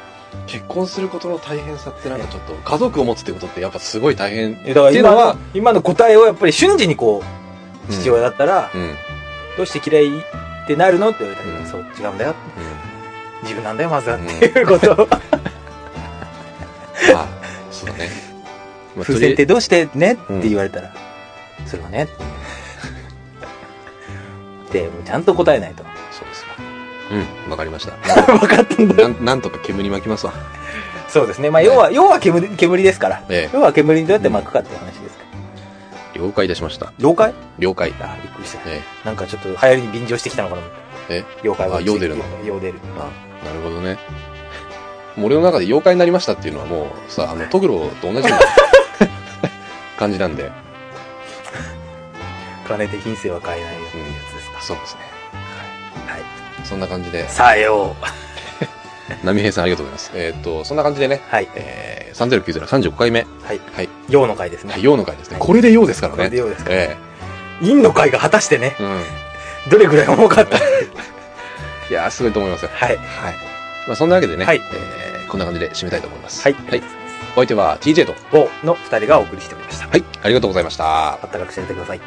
Speaker 1: 結婚することの大変さってなんかちょっと、家族を持つってことってやっぱすごい大変。
Speaker 2: えだから
Speaker 1: っていう
Speaker 2: 今
Speaker 1: の
Speaker 2: の
Speaker 1: は
Speaker 2: 今の答えをやっぱり瞬時にこう、父親だったら、
Speaker 1: う
Speaker 2: [LAUGHS]
Speaker 1: ん。うん。
Speaker 2: どうして嫌いってなるのって言われたら、
Speaker 1: うん
Speaker 2: そう、違うんだよ。自分なんだよ、まずは。っていううことを。
Speaker 1: まあ、そうだね。まあ
Speaker 2: 風船ってどうしてねって言われたら、それはね。で、もうちゃんと答えないと。
Speaker 1: そうですうん、わかりました。
Speaker 2: [LAUGHS] 分かったんだ。
Speaker 1: なんなんとか煙に巻きますわ。
Speaker 2: そうですね。まあ、要は、要は煙、煙ですから。
Speaker 1: え
Speaker 2: 要は煙にどうやって巻くかっていう話ですから。
Speaker 1: え、了解いたしました。
Speaker 2: 妖怪
Speaker 1: 了解。
Speaker 2: あ、びっくりした。
Speaker 1: え
Speaker 2: なんかちょっと流行りに便乗してきたのかな。
Speaker 1: え
Speaker 2: 妖怪は。
Speaker 1: あヨーデルの
Speaker 2: ヨーデル。
Speaker 1: え、なるほどね。もう俺の中で妖怪になりましたっていうのはもうさ、あの、トグロと同じような
Speaker 2: [LAUGHS]
Speaker 1: 感じなんで。
Speaker 2: 金で品性は変えないよっていうやつですか。
Speaker 1: そうですね。
Speaker 2: はい。
Speaker 1: そんな感じで、
Speaker 2: さよう。
Speaker 1: 波平さんありがとうございます。えーっと、そんな感じでね、
Speaker 2: はい。
Speaker 1: えー、3090の35回目。
Speaker 2: はい。
Speaker 1: はい。
Speaker 2: ようの会ですね。
Speaker 1: はい、陽の回ですね。
Speaker 2: はい
Speaker 1: これで陽ですから
Speaker 2: これで
Speaker 1: ね。
Speaker 2: ようですか。
Speaker 1: え
Speaker 2: 陰の会が果たしてね、
Speaker 1: えうん。
Speaker 2: どれぐらい重かった。
Speaker 1: いやー、すごいと思いますよ。
Speaker 2: はい。
Speaker 1: はい。まあ、そんなわけでね、
Speaker 2: はい
Speaker 1: えーこんな感じで締めたいと思います。
Speaker 2: はい。
Speaker 1: はい。お相手は TJ と。
Speaker 2: をの二人がお送りしておりました。
Speaker 1: はい。ありがとうございました。
Speaker 2: あったかくしてあげてください。